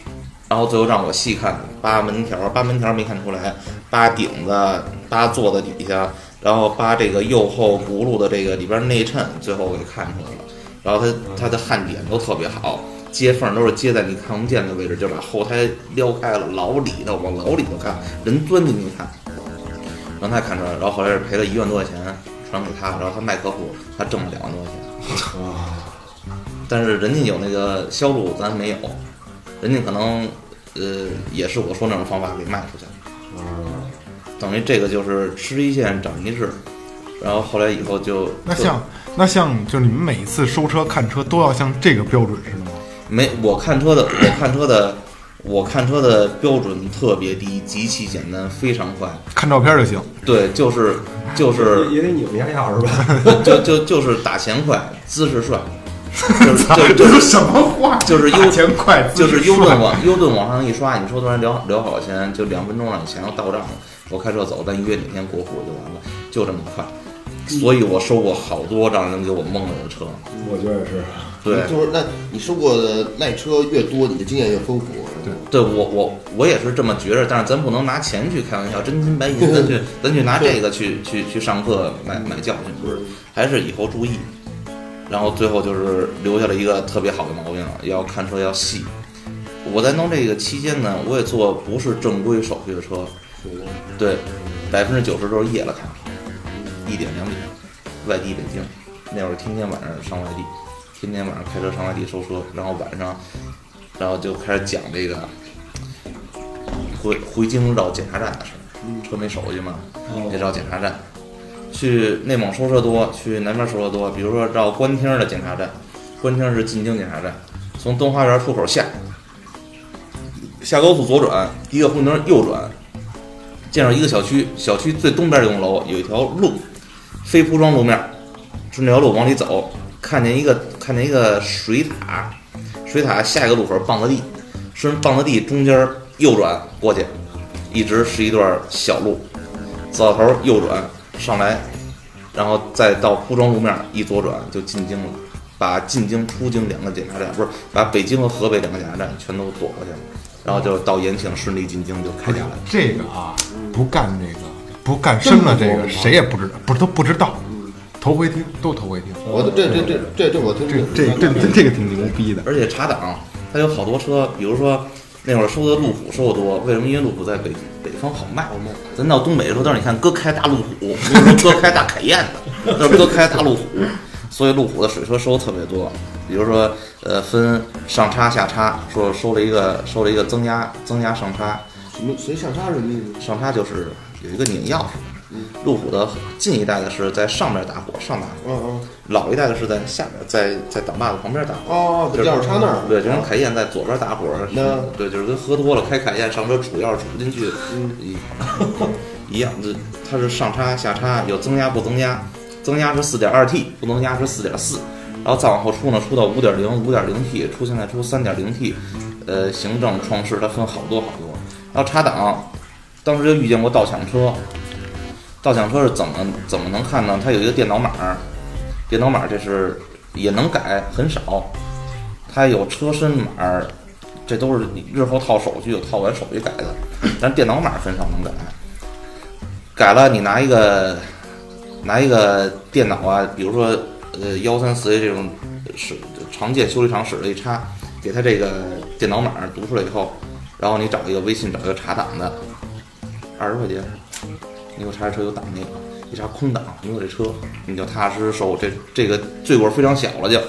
然后最后让我细看扒门条，扒门条没看出来，扒顶子，扒座子底下，然后扒这个右后轱辘的这个里边内衬，最后给看出来了。然后它它的焊点都特别好，接缝都是接在你看不见的位置，就把后胎撩开了，老里头往老里头看，人钻进去看。然后他也看出来了，然后后来是赔了一万多块钱转给他，然后他卖客户，他挣了两万多块钱。但是人家有那个销路，咱没有，人家可能呃也是我说那种方法给卖出去了。等于这个就是吃一堑长一智，然后后来以后就
那
就
像那像就是你们每次收车看车都要像这个标准似的吗？
没我看车的，我看车的，我看车的标准特别低，极其简单，非常快。
看照片就行，
对，就是就是
也也得拧一下钥匙 吧。
就就就是打钱快，姿势帅，就 是就就
这是什么话？
就是
花
优
钱快，
就是
优
优盾往优盾往上一刷，你说多少聊聊好钱，就两分钟让你钱到账了，我开车走，咱约哪天过户就完了，就这么快。所以我收过好多让人给我蒙了的车，
我觉得也是，
对，
就是那你收过的赖车越多，你的经验越丰富。对，
对我我我也是这么觉着，但是咱不能拿钱去开玩笑，真金白银，咱去咱去拿这个去去去上课买买教训，不是，还是以后注意。然后最后就是留下了一个特别好的毛病，啊要看车要细。我在弄这个期间呢，我也坐不是正规手续的车，对，百分之九十都是夜了看，一点两点，外地北京，那会儿天天晚上上外地，天天晚上开车上外地收车，然后晚上，然后就开始讲这个回回京绕检查站的事儿，车没手续嘛，得绕检查站。去内蒙收车多，去南边收车多。比如说绕官厅的检查站，官厅是进京检查站，从东花园出口下，下高速左转，一个红灯右转，见着一个小区，小区最东边这栋楼有一条路，非铺装路面，顺这条路往里走，看见一个看见一个水塔，水塔下一个路口棒子地，顺棒子地中间右转过去，一直是一段小路，走到头儿右转上来，然后再到铺装路面一左转就进京了，把进京、出京两个检查站，不是把北京和河北两个检查站全都躲过去了，然后就到延庆顺利进京就开闸了。
这个啊，不干这个，不干深了，这个谁也不知道，不是都不知道，头回听，都头回听，
我都这这这这这我听
这这这这这个挺牛逼的。
而且查档，它有好多车，比如说那会儿收的路虎收的多，为什么？因为路虎在北北方好卖。咱到东北的时候，但是你看哥开大路虎，不是说哥开大凯宴的，那是哥开大路虎，所以路虎的水车收特别多。比如说，呃，分上叉下叉，说收了一个收了一个增压增压上叉，
什么谁上叉什么意思？
上叉就是有一个拧钥匙。路虎的近一代的是在上面打火上打火，
嗯嗯
老一代的是在下边在在挡把子旁边打火。
哦，
就是
钥匙插那儿，
对，就跟凯宴在左边打火，
那
对，就是跟喝多了开凯宴上车杵钥匙杵不进去，
嗯
一一样，这它是上叉下叉，有增压不增压，增压是四点二 T，不增压是四点四，然后再往后出呢，出到五点零、五点零 T，出现在出三点零 T，呃，行政创世它分好多好多，然后插档，当时就遇见过盗抢车，盗抢车是怎么怎么能看呢？它有一个电脑码儿，电脑码儿这是也能改，很少，它有车身码儿，这都是日后套手续有套完手续改的， 但电脑码儿很少能改。改了，你拿一个拿一个电脑啊，比如说呃幺三四 A 这种是常见修理厂使的一插，给它这个电脑码儿读出来以后，然后你找一个微信找一个查档的，二十块钱，你给我查查车有档没有？一查空档，没有这车，你就踏踏实实收。这这个罪过非常小了就。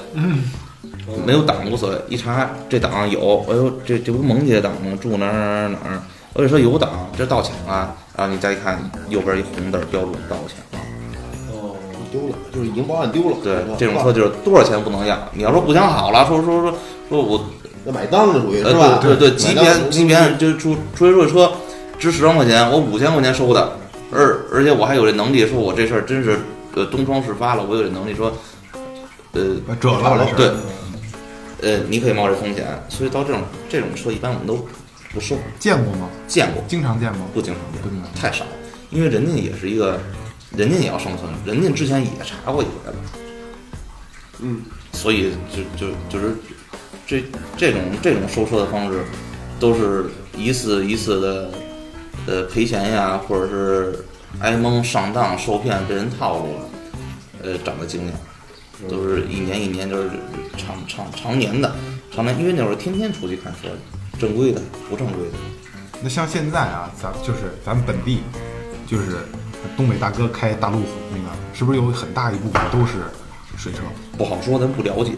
没有档无所谓，一查这档有，哎呦，这这不萌姐档吗？住哪儿哪儿哪儿哪儿，而且说有档，这盗抢啊，然后你再一看右边一红字儿标注盗抢啊，
丢了，就是已经报案丢了。
对
是吧，
这种车就是多少钱不能要，你要说不想好了，说说说说我
那买单了属于
呃
是吧？
对对对，级
买单
别级别就出出去说车值十万块钱，我五千块钱收的，而而且我还有这能力，说我这事儿真是呃东窗事发了，我有这能力说，
这
呃
了这事儿
对，呃，你可以冒这风险，所以到这种这种车一般我们都不收，
见过吗？
见过
经常见吗？
不经常见
对吧，
太少，因为人家也是一个，人家也要生存，人家之前也查过一回了，
嗯，
所以就就就是这这种这种收车的方式，都是一次一次的呃赔钱呀，或者是挨蒙上当受骗被人套路了，呃，长的经验。都是一年一年，就是常常常年的，常年，因为那会儿天天出去看车，正规的、不正规的，
那像现在啊，咱就是咱们本地，就是东北大哥开大路虎那个，是不是有很大一部分都是水车？
不好说，咱不了解，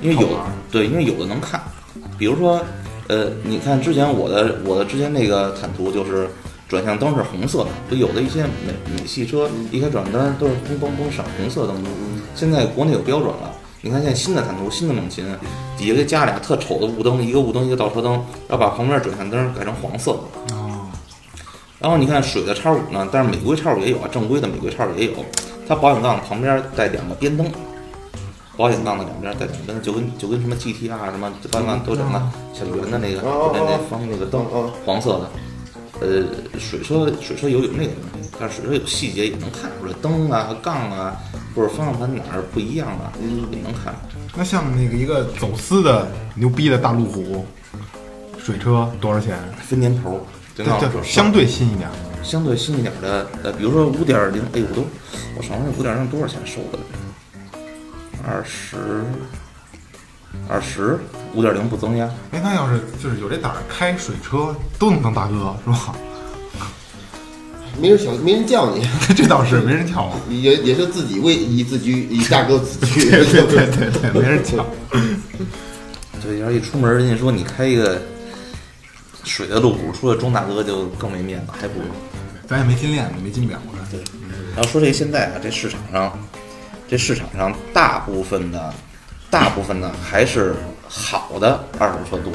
因为有
好玩儿
对，因为有的能看，比如说，呃，你看之前我的我的之前那个坦途就是转向灯是红色的，就有的一些美美系车一开转向灯都是嘣嘣嘣闪红色灯的，现在国内有标准了。你看现在新的坦途、新的猛禽，底下给加俩特丑的雾灯，一个雾灯一个倒车灯，然后把旁边转向灯改成黄色的，
哦，
然后你看水的叉五呢，但是美规叉五也有啊，正规的美规叉五也有，它保险杠旁边带两个边灯，保险杠的两边带两个灯，就跟就跟什么 GT r 什么保险杠都整个小圆的那个
嗯哦哦哦
那那方那个灯
嗯嗯，
黄色的。呃，水车水车有有那个东西，但是水车有细节也能看出来，灯啊、杠啊，或者方向盘哪儿不一样啊，
嗯
也能看。
那像那个一个走私的牛逼的大路虎，水车多少钱？
分年头儿，对
对对，相对新一点。
相对新一点的，呃，比如说五点零，哎，我都我上那五点零多少钱收的？二十，二十，五点零不增压，
哎，那要是就是有这胆儿开水车，都能当大哥是吧？
没人想，没人叫你，
这倒是没人叫我，
也也是自己为以自居，以大哥自 居。
对对对对对， 没人叫。
对，要是一出门，人家说你开一个水的路虎，出来装大哥就更没面子，还不如。
咱也没金链子，没金表的，
然后说这现在啊，这市场上，这市场上大部分的，大部分呢还是好的二手车多，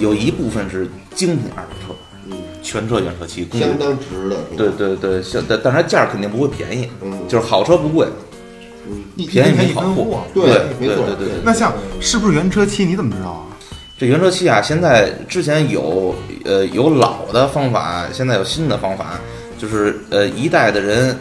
有一部分是精品二手车，全车原车漆，公里
相当值的，是吧
对，对对，像但但是它价儿肯定不会便宜，
嗯
就是好车不贵，
一
便宜
一天
没
一
好
分
货
货。。
对没
对
错
对对
对
那像是不是原车漆？你怎么知道啊？
这原车漆啊，现在之前有呃有老的方法，现在有新的方法，就是呃一代的人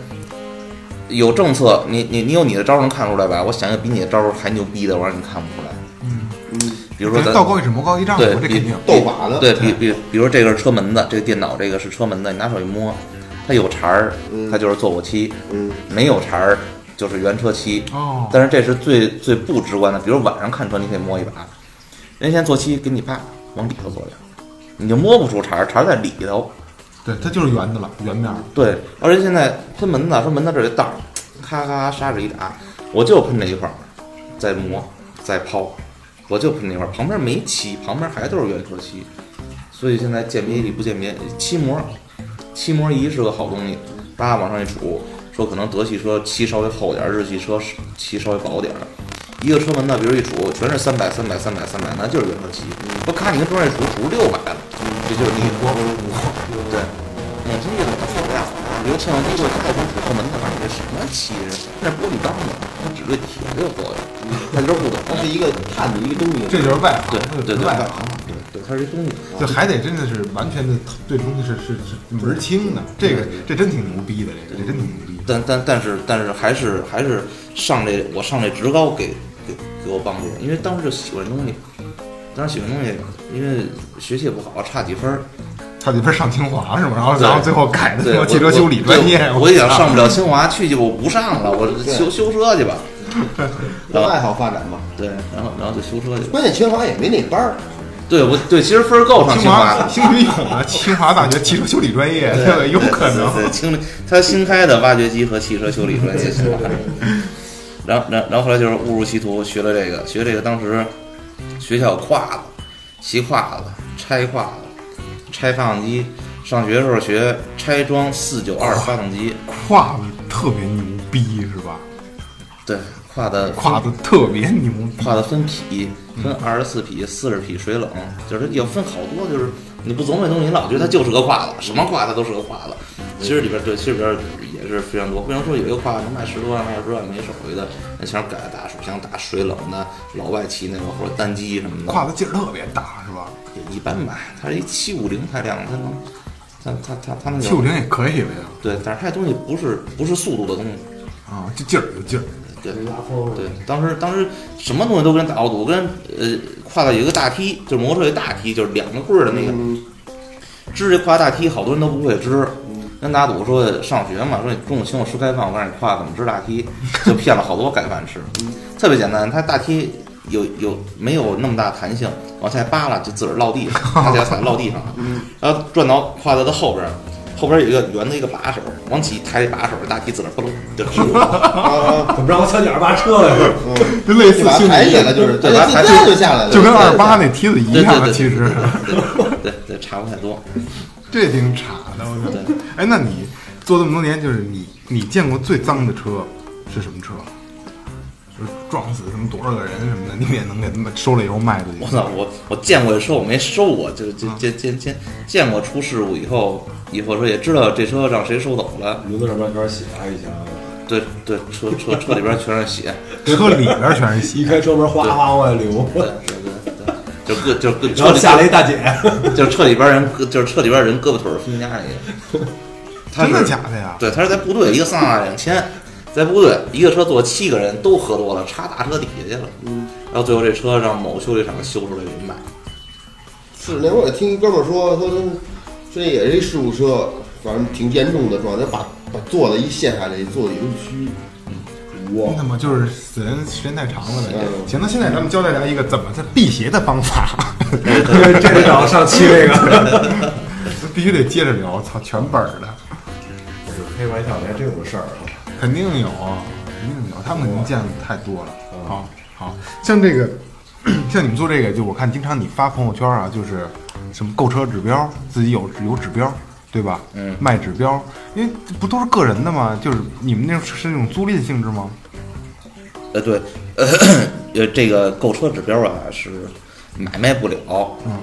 有政策，你你你有你的招儿能看出来吧？我想一个比你的招儿还牛逼的，我让你看不出来。
嗯，
比如说咱
道高一尺，魔高一丈嘛，
对
这
比
肯定。
斗法的，
对比比，比如这个是车门子，这个电脑这个是车门子，你拿手一摸，它有茬儿，它就是做过漆；
嗯，
没有茬儿就是原车漆。
哦
但是这是最最不直观的，比如晚上看车，你可以摸一把，人先做漆给你啪往里头做点，你就摸不出茬儿，茬儿在里头。
对，它就是圆的了，圆面儿。
对，而且现在喷门子，说门子这儿有一道儿，咔咔砂纸一打，我就喷这一块儿，再磨再抛，我就喷这块儿，旁边没漆，旁边还都是原车漆，所以现在鉴别一比不鉴别，漆膜，漆膜仪是个好东西，叭往上一杵，说可能德系车漆稍微厚点儿，日系车漆稍微薄点儿。一个车门呢，比如一杵全是三百、三百、三百、三百，那就是原车漆。我咔，你跟桌上一杵，杵六百了，这就是你说，对。眼睛也不漂亮，留个千万机会太空水后门那玩意儿什么漆呀？那不是你当的，他只对铁就作用，他就是不懂。
它是一个探的一个东西，
这就是外行，
对
这
对
就是
对，
外
外
行，
对对，他是一东西。
就还得真的是完全的对东西是是是门儿清的，这个这真挺牛逼的，这个这真挺牛逼。
但但但是但是还是还是上这我上这职高给给给我帮助，因为当时就喜欢这东西，当时喜欢这东西，因为学习也不好，差几分儿，
他里边上清华是吗？然后
对
然后最后改的
对
什
我
么汽车修理专业，
我我一想
操
上不了清华去去，我不上了，我
对
修修车去吧。
让爱好发展嘛。
对，然后然后就修车去吧。
关键清华也没那班儿，
对，我对其实分儿够上
清
清华的
华，。兴许有啊，清华大学汽车修理专业，这个有可
对
能。
对清理他新开的挖掘机和汽车修理专业。 然后，然后然后后来就是误入歧途，学了这个，学这个当时学校有胯子、骑胯子、拆胯子、拆发动机。上学的时候学拆装四九二发动机，
胯子特别牛逼是吧？
对，胯的
胯子特别牛逼，
胯的分匹，分二十四匹、四十匹水冷，就是要分好多，就是你不琢磨这东西，你老觉得它就是个胯子，什么胯它都是个胯子。
嗯
其实里边对，其实里边也是非常多。为什么说有一个胯能卖十多万、二十多万没手艺的？那全是改的大手枪、大水冷的，老外骑那个或者单机什么的，
胯子劲儿特别大是吧？
也一般吧。它是一七五零排量，它能，它它它它那
七五
种
零也可以呗
对，但是它这东西不是不是速度的东西，
啊，就劲儿有劲儿。
对。
拉风，啊
对，当时当时什么东西都跟人打过赌，我跟呃挎到有一个大梯，就是摩托车有一大梯，就是两个棍儿的那
嗯
个，支这挎大梯，好多人都不会支。跟打赌说上学嘛，说你中午请我吃开饭，我告诉你挎怎么支大梯，就骗了好多盖饭吃。特别简单，它大梯有有没有那么大弹性，往下扒拉就自个儿落地上，大家踩落地上了，然后转到挎到它后边儿。后边儿有一个圆的一个把手，往起一抬这把手，大梯自个儿嘣就支住了。
怎么着？我小鸟扒车来着？
就类似
就把它
性
抬起来了，就是
对
它
把它
自
抬
带就下来了，
就跟
自带
二八
下来
那梯子一
对对
样，啊
对，
其实
对对对，差不太多。
这挺傻的。我觉得，哎，那你做这么多年，就是你你见过最脏的车是什么车？就是撞死什么多少个人什么的，你们也能给他们收了以后卖出去
我。操，我我见过这车，我没收过，就就就见见见过出事故以后，以后说也知道这车让谁收走了。
名字上面全是血，还一想，
对对，车车车里边全是血，
车里边全是
一
血，
开车门哗哗往外流，
对对对对，就各就各
然
车
后
里
下来一大姐，
就是车里边人，就是车里边人胳膊腿儿分家里。 他
真
是
的假的呀？
对，他是在部队一个桑塔纳两千，在部队一个车坐七个人都喝多了，插大车底下去了。嗯，然后最后这车让某修理厂修出来给卖。
是那会儿听一哥们儿说说他们说这也是一事故车，反正挺严重的撞，就把把坐的一陷下来，坐的有虚。
真
哇，
他妈就是死人时间太长了呗
嗯。
行，那现在咱们教大家一个怎么在辟邪的方法，
这个上期这个
必须得接着聊，操，全本儿的，
就是开玩笑，还真有事儿啊。
肯定有，
哦
肯定有，他们能见的太多了。好，好像这个， 像你们做这个，就我看经常你发朋友圈啊，就是什么购车指标，自己有有指标，对吧？嗯，卖指标，因为不都是个人的吗？就是你们那种是那种租赁性质吗？
呃，对，呃，呃这个购车指标啊是买卖不了，嗯，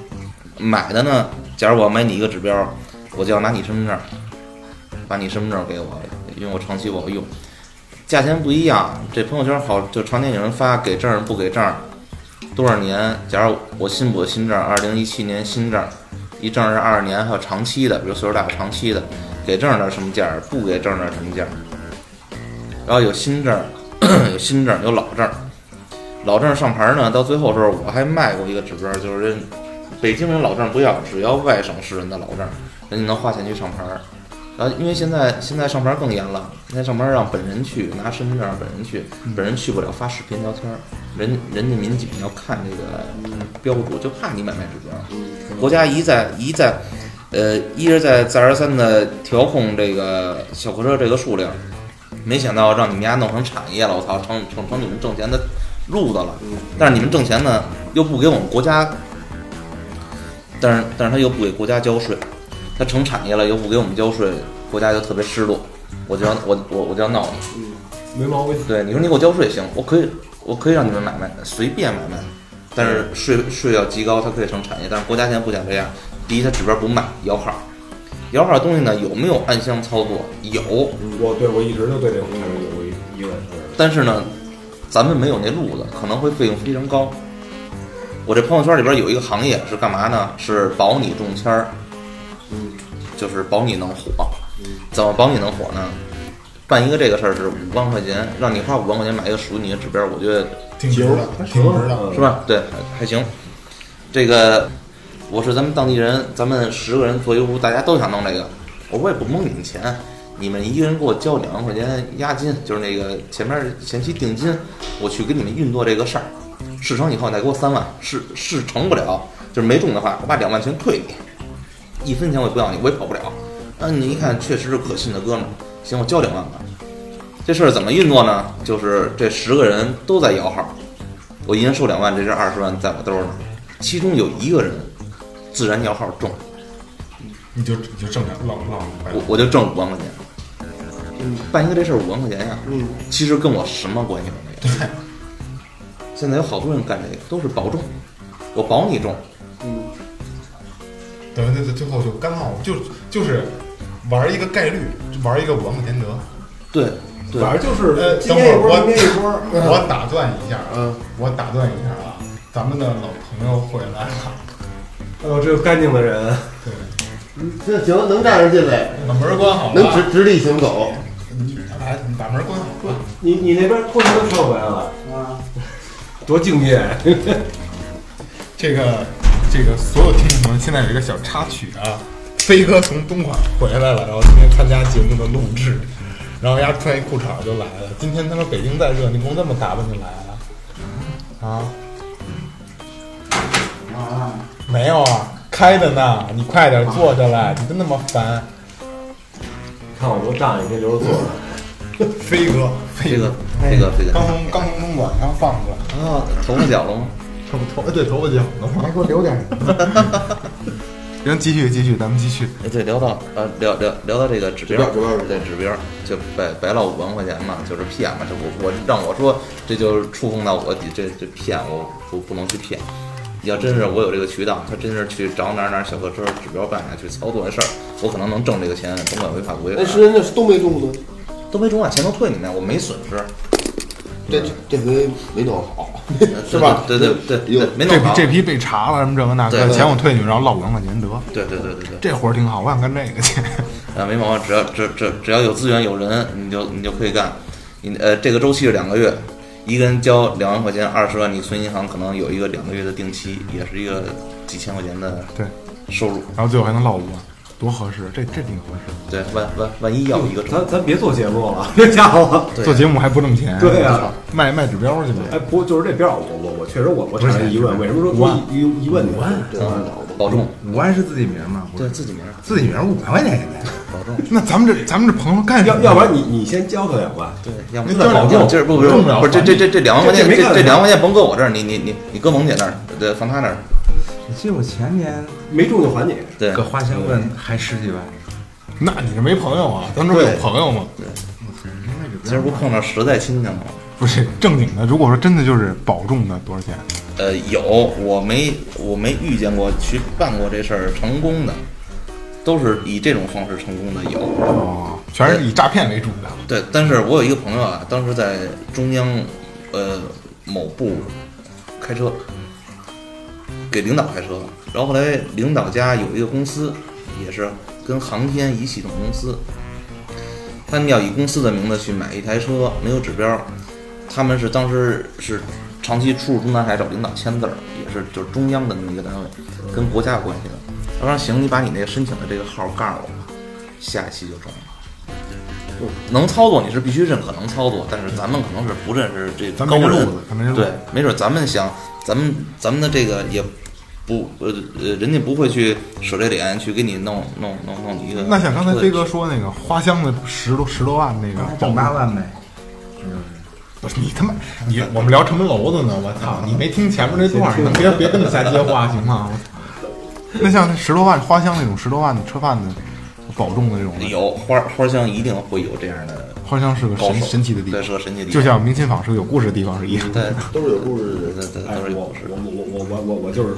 买的呢，假如我买你一个指标，我就要拿你身份证，把你身份证给我，因为我长期我要用，价钱不一样，这朋友圈好就常年有人发给证儿不给证儿，多少年，假如我新补的新证，二零一七年新证，一证是二十年，还有长期的，比如岁数大长期的，给证儿的什么价儿，不给证儿的什么价儿。然后有新证儿， 有新证儿，有老证儿。老证儿上牌儿呢，到最后时候我还卖过一个指标儿，就是人北京人老证儿不要，只要外省市人的老证儿，人家能花钱去上牌儿。然后因为现在现在上牌儿更严了，现在上牌儿让本人去拿身份证，让本人去，本人去不了发视频聊天儿，人人家民警要看这个标注，就怕你买卖指标儿。国家一再一再，呃，一而再再而三的调控这个小客车这个数量，没想到让你们家弄成产业了，我操，成成成你们挣钱的路子了。但是你们挣钱呢，又不给我们国家，但是但是他又不给国家交税，他成产业了又不给我们交税，国家就特别失落。我就要我我我就要闹你，
没毛病，
对你说你给我交税行，我可以我可以让你们买卖随便买卖，但是税税要极高，它可以成产业，但是国家现在不想这样。第一，它指标不卖摇号，摇号东西呢有没有暗箱操作？有，
我对我一直就对这红事有疑问，就是
但是呢，咱们没有那路子，可能会费用非常高。我这朋友圈里边有一个行业是干嘛呢？是保你中签儿，就是保你能火。怎么保你能火呢？办一个这个事儿是五万块钱，让你花五万块钱买一个属于你的指标，我觉得
挺值的，挺值的。
是吧？嗯对，还还行。这个我是咱们当地人，咱们十个人坐一屋，大家都想弄这个。我我也不蒙你们钱，你们一个人给我交两万块钱押金，就是那个前面前期定金，我去给你们运作这个事儿。事成以后你再给我三万，事事成不了，就是没中的话，我把两万全退你，一分钱我也不要你，我也跑不了。那你一看确实是可信的哥们儿，行，我交两万吧。这事儿怎么运作呢？就是这十个人都在摇号，我一人收两万，这是二十万在我兜儿呢。其中有一个人自然摇号中，
你就你就挣点浪浪白
我我就挣五万块钱。办一个这事儿五万块钱呀，嗯，其实跟我什么关系都没有。
对，
现在有好多人干这个，都是保中，我保你中，
等于那最后就干闹，就就是玩一个概率，玩一个五万块钱得。
对
嗯
对，
反正就是
呃，
今
等
天
会儿
一波，
我
明天一波，
我打断一下，啊
嗯，
我打断一下啊，咱们的老朋友回来了，
哎呦，这个干净的人，
这行能站着进来，
把门关好了，
能直直立行走。
你来，你把门关好，关。
你你那边拖什么车回来了？
啊，
多敬业！
这个这个所有听众朋友，现在有一个小插曲啊，飞哥从东莞回来了，然后今天参加节目的录制，然后丫穿一裤衩就来了。今天他说北京再热，你不用这么打扮就来了啊？没有啊，开着呢，你快点坐下来，你真那么烦，
看我都站着，你这留着坐着。
飞哥，
这
飞
个这个哎这个
刚从刚从东莞刚放出来，
啊，头发绞了吗？
头
哎
头对头发剪了吗？还给我留点。
行，继续继续，咱们继续。
哎，对，聊到呃，聊聊聊到这个指标儿，
指标儿指标儿
对指标儿，就白白落五万块钱嘛，就是骗嘛，这我我让我说，这就是触碰到我底这这骗我不不能去骗。你要真是我有这个渠道，他真是去找哪儿哪儿小客车指标办哪去操作这事儿，我可能能挣这个钱，甭管违法不违
那
法，
是那是都没中呢，
都没中啊，钱都退你们，我没损失，
这这回没弄好， 是
对
吧？
对对对对，
有
对没
这
弄
批
好，
这批被查了什么这个那
对
个，
对
钱我退你，然后落五万块钱得。
对对对对对。
这活儿挺好，我想干这个 去。
啊，没毛病，只要只只只要有资源有人，你就你就可以干。你呃，这个周期是两个月，一个人交两万块钱，二十万你存银行，可能有一个两个月的定期，也是一个几千块钱的
对，
收入。
然后最后还能落五万，多合适！这这挺合适。
对，万万万一要一个周
咱咱别做节目了，这家伙。
对
做节目还不挣钱，
对啊
我操卖卖指标去呗。
哎，不过就是这标儿，我我我确实我我产生疑问，为什么说
五万
一一一问呢？
对，脑子
保重，
五万是自己名儿吗？不
对
是
自己名儿
自己名儿五万块钱现在。
保重。
那咱们这咱们这朋友干什
要
么？
要不然你你先交他两万，
对，要不
那交
这
两
这不不是
中不了
不是这这这这两万块钱，
这没
这
看
这
见
两万块钱甭搁我这儿，你你你你搁萌姐那儿，对，放她那儿，
你记得我前年
没中就还你。
对，
搁花钱问还十几万，
那你是没朋友啊？咱这有朋友吗？
今儿不碰上实在亲戚了吗？
不是正经的，如果说真的就是保重的，多少钱？
呃，有，我没我没遇见过去办过这事儿成功的，都是以这种方式成功的有。
哦，全是以诈骗为主的。
对，但是我有一个朋友啊，当时在中央呃某部开车，给领导开车，然后后来领导家有一个公司，也是跟航天一系统公司，他们要以公司的名字去买一台车，没有指标，他们是当时是长期出入中南海找领导签字儿，也是就是中央的那么一个单位，跟国家有关系的。他说行，你把你那个申请的这个号告诉我吧，下期就中了。能操作你是必须认可能操作，但是咱们可能是不认识这
咱
高
没这路
人
子咱没这，路子
对，没准咱们想，咱们咱们的这个也不呃呃，人家不会去舍这脸去给你弄弄弄弄你一个。
那像刚才飞哥，说那个花香的十多十多万那个
还
保
挣八万呗。
不是你他妈你我们聊城门楼子呢，我操！你没听前面那段儿呢，别别跟他瞎接话行吗？我操！那像十多万花香那种十多万的车贩子，保重的这种呢，
有花花香一定会有这样的
花香是个
高
神
手，
神奇的地
对，
方，
是个神奇的地方，
就像明琴坊是个有故事的地方是一样。
对
都是有故事的人。
对对对，
哎，
都是
我
有事
我我我我我我就是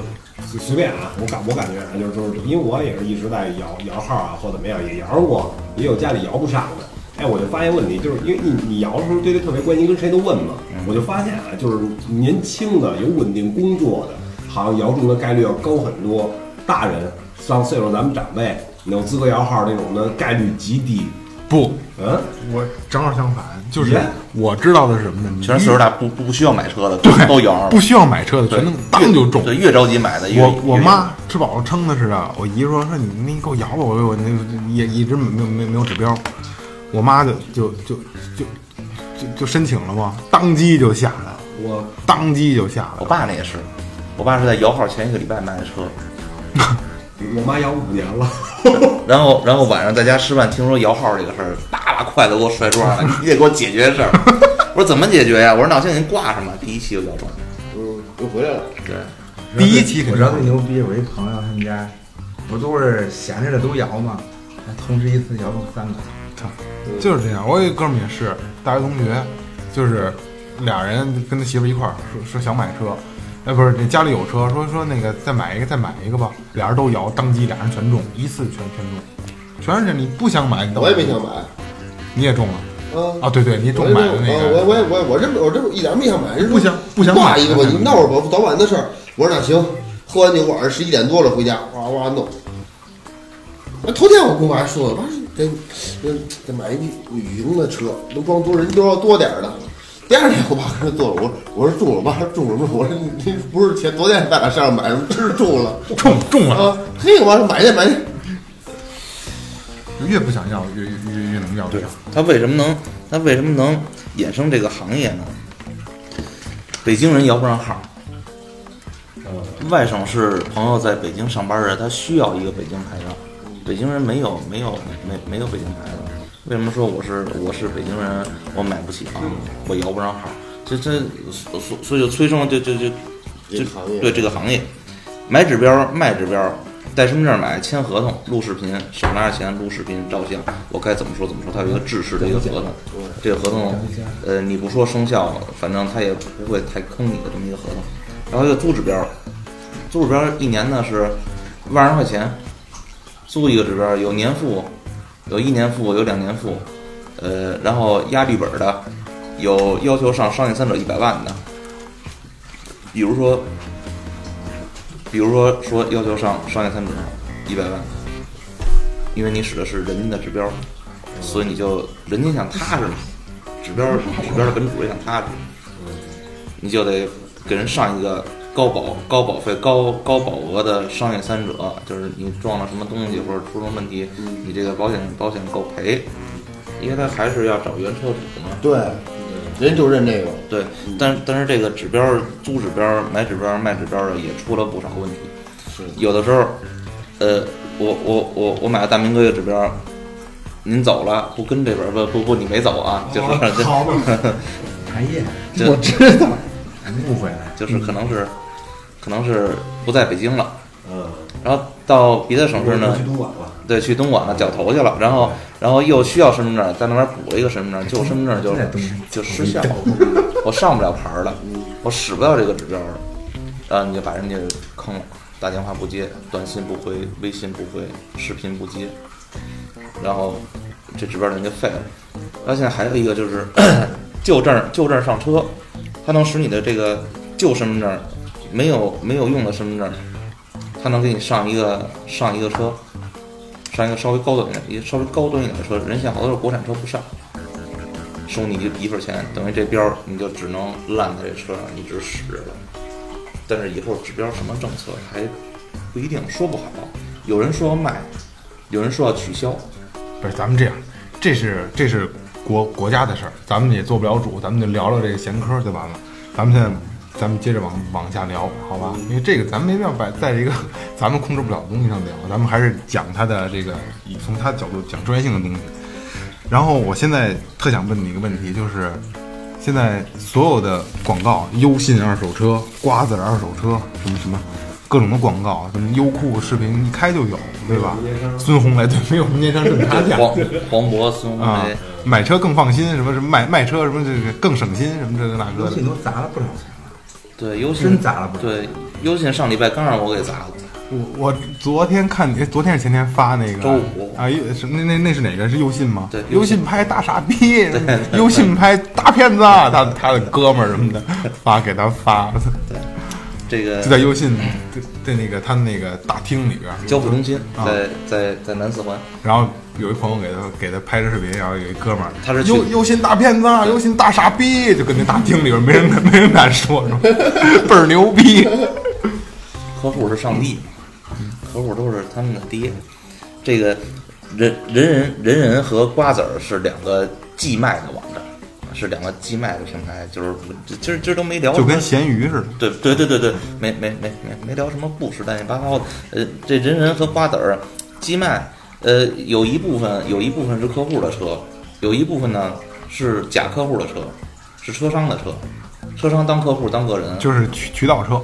随随便啊，我感我感觉啊，就是就是因为我也是一直在摇摇号啊，或怎么样也摇过，也有家里摇不上的。哎，我就发现问题，就是因为你你摇的时候对这特别关心，跟谁都问嘛。
嗯
我就发现啊，就是年轻的有稳定工作的，好像摇中的概率要高很多。大人上岁数，咱们长辈有资格摇号那种的概率极低。
不，
嗯，
我正好相反，就是
耶
我知道的是什么呢？你
全是岁数大不不不需要买车的，
对
都摇，
不需要买车的，全能当就中。
对，越着急买的越
我我
越
妈吃饱了撑的似的，我姨说说你那你给我摇吧，我我那也一直没有没有没有指标，我妈就就就就就就申请了嘛，当机就下了，
我
当机就下
我
了。
爸那也是，我爸是在摇号前一个礼拜买的车，
我妈摇五年了。
然后然后晚上在家吃饭，听说摇号这个事儿，叭把筷子给我摔桌上了，你得给我解决这事儿。 我说怎么解决呀？我说那我先给您挂上吧。第一期就摇中了，
嗯，又回来了。
对，
第一期肯
我
定
知道最牛逼，我一朋友他们家，不都是闲着的都摇嘛，通知一次摇中三个，
就是这样。我有一哥们儿也是大学同学，就是俩人跟他媳妇儿一块儿说说想买车，哎，不是那家里有车，说说那个再买一个再买一个吧，俩人都摇，当机俩人全中，一次全全中，全是这你不想买，你倒
我也没想买
你也中了
啊。
啊？对对，你中买的那
啊
个。
我我我我这我这一点儿没想买，人
不想不想买
挂一个吧，你闹会儿吧，早晚的事儿。我说那行，喝完酒晚上十一点多了回家，哇哇弄。那头天我跟我妈说，我妈说得得得买一旅行的车，能装多人多多点儿的。第二天我爸跟他坐了，我说我说中了，我妈说中了，我说你你不是前昨天咱俩上买的，真是 中了
中中了，
啊！嘿，我说买去买去，
越不想要越越越越能要。对，
他为什么能他为什么能衍生这个行业呢？北京人摇不上号，外省市朋友在北京上班的，他需要一个北京牌照，北京人没有没有没没有北京牌照。为什么说我是我是北京人，我买不起房，我摇不上号？这这所所所以就催生了这这这
这个行业
对这个行业，买指标卖指标，带身份证买签合同录视频，手拿着钱录视频照相，我该怎么说怎么说，它有一个制式的一个合同，这个合同呃你不说生效，反正它也不会太坑你的这么一个合同，然后一个租指标，租指标一年呢是万来块钱，租一个指标有年付，有一年付，有两年付，呃，然后压绿本的，有要求上商业三者一百万的，比如说，比如说说要求上商业三者一百万，因为你使的是人家的指标，所以你就人家想踏实，指标指标的本主也想踏实，你就得给人上一个高保高保费高高保额的商业三者，就是你撞了什么东西或者出什么问题，你这个保险保险够赔，因为他还是要找原车主嘛。
对，人就认这个。
对，但但是这个指标租指标、买指标、卖指标的也出了不少问题。有的时候，呃，我我我我买个大明哥的指标，您走了不跟这边儿不不不你没走啊，就是、
哦
好嘛，
哎呀，
就
我知道，
哎
误会了。
就是可能是可能是不在北京了，
嗯，
然后到别的省市
我
呢
去，东莞了，
对，去东莞了绞头去了，然后然后又需要身份证，在那边补了一个身份证，就身份证就
哎真在东莞
就失效了，我上不了牌儿了，我使不了这个指标了，然后你就把人家坑了，打电话不接，短信不回，微信不回，视频不接，然后这指标人就废了。然后现在还有一个就是 旧证儿旧证儿上车，它能使你的这个旧身份证儿没有没有用的身份证儿，它能给你上一个上一个车，上一个稍微高端一点，一稍微高端一点的车，人现在好多是国产车不上，收你一一份钱，等于这标儿你就只能烂在这车上一直使着了。但是以后指标什么政策还不一定，说不好。有人说要卖，有人说要取消，
不是，咱们这样，这是这是国国家的事儿，咱们也做不了主，咱们就聊聊这个闲嗑儿就完了。咱们现在，咱们接着往往下聊，好吧？因为这个咱们没必要摆在一个咱们控制不了的东西上聊，咱们还是讲它的这个，以从它角度讲专业性的东西。然后我现在特想问你一个问题，就是现在所有的广告，优信二手车、瓜子儿二手车，什么什么各种的广告，什么优酷视频一开就有，对吧？孙红雷对，没有中间商挣差价。
黄黄哎渤、孙红
啊
雷，，
买车更放心，什么什么卖卖车什么这个更省心，什么这个那
游
个
戏
的。
都砸了不少钱了。
对，优信
真砸了不少
对，优信上礼拜刚让我给砸了，
我我昨天看你，昨天是前天发那个
周五
啊，优什么那那那是哪个？是优信吗？
对
优
优
信
信
拍大傻逼，优信拍大骗子，啊他他的哥们儿什么的发给他发，
这个
就在优信对对那个他们那个大厅里边儿，
交付中心
啊
在在在南四环，
然后有一朋友给他给他拍着视频，然后有一哥们儿，
他是去
优优信大骗子，啊优信大傻逼，就跟那大厅里边儿没人 敢没人敢说，是 吧倍儿牛逼。
客户是上帝，客户都是他们的爹。这个人人人人人和瓜子儿是两个寄卖的网站，是两个寄卖的平台，就是今儿今儿都没聊什
就
么，
跟咸鱼似的。
对对对对对，没没没没没聊什么故事，乱七八糟的。呃，这人人和瓜子儿寄卖，呃，有一部分有一部分是客户的车，有一部分呢是假客户的车，是车商的车，车商当客户当个人，
就是渠渠道车，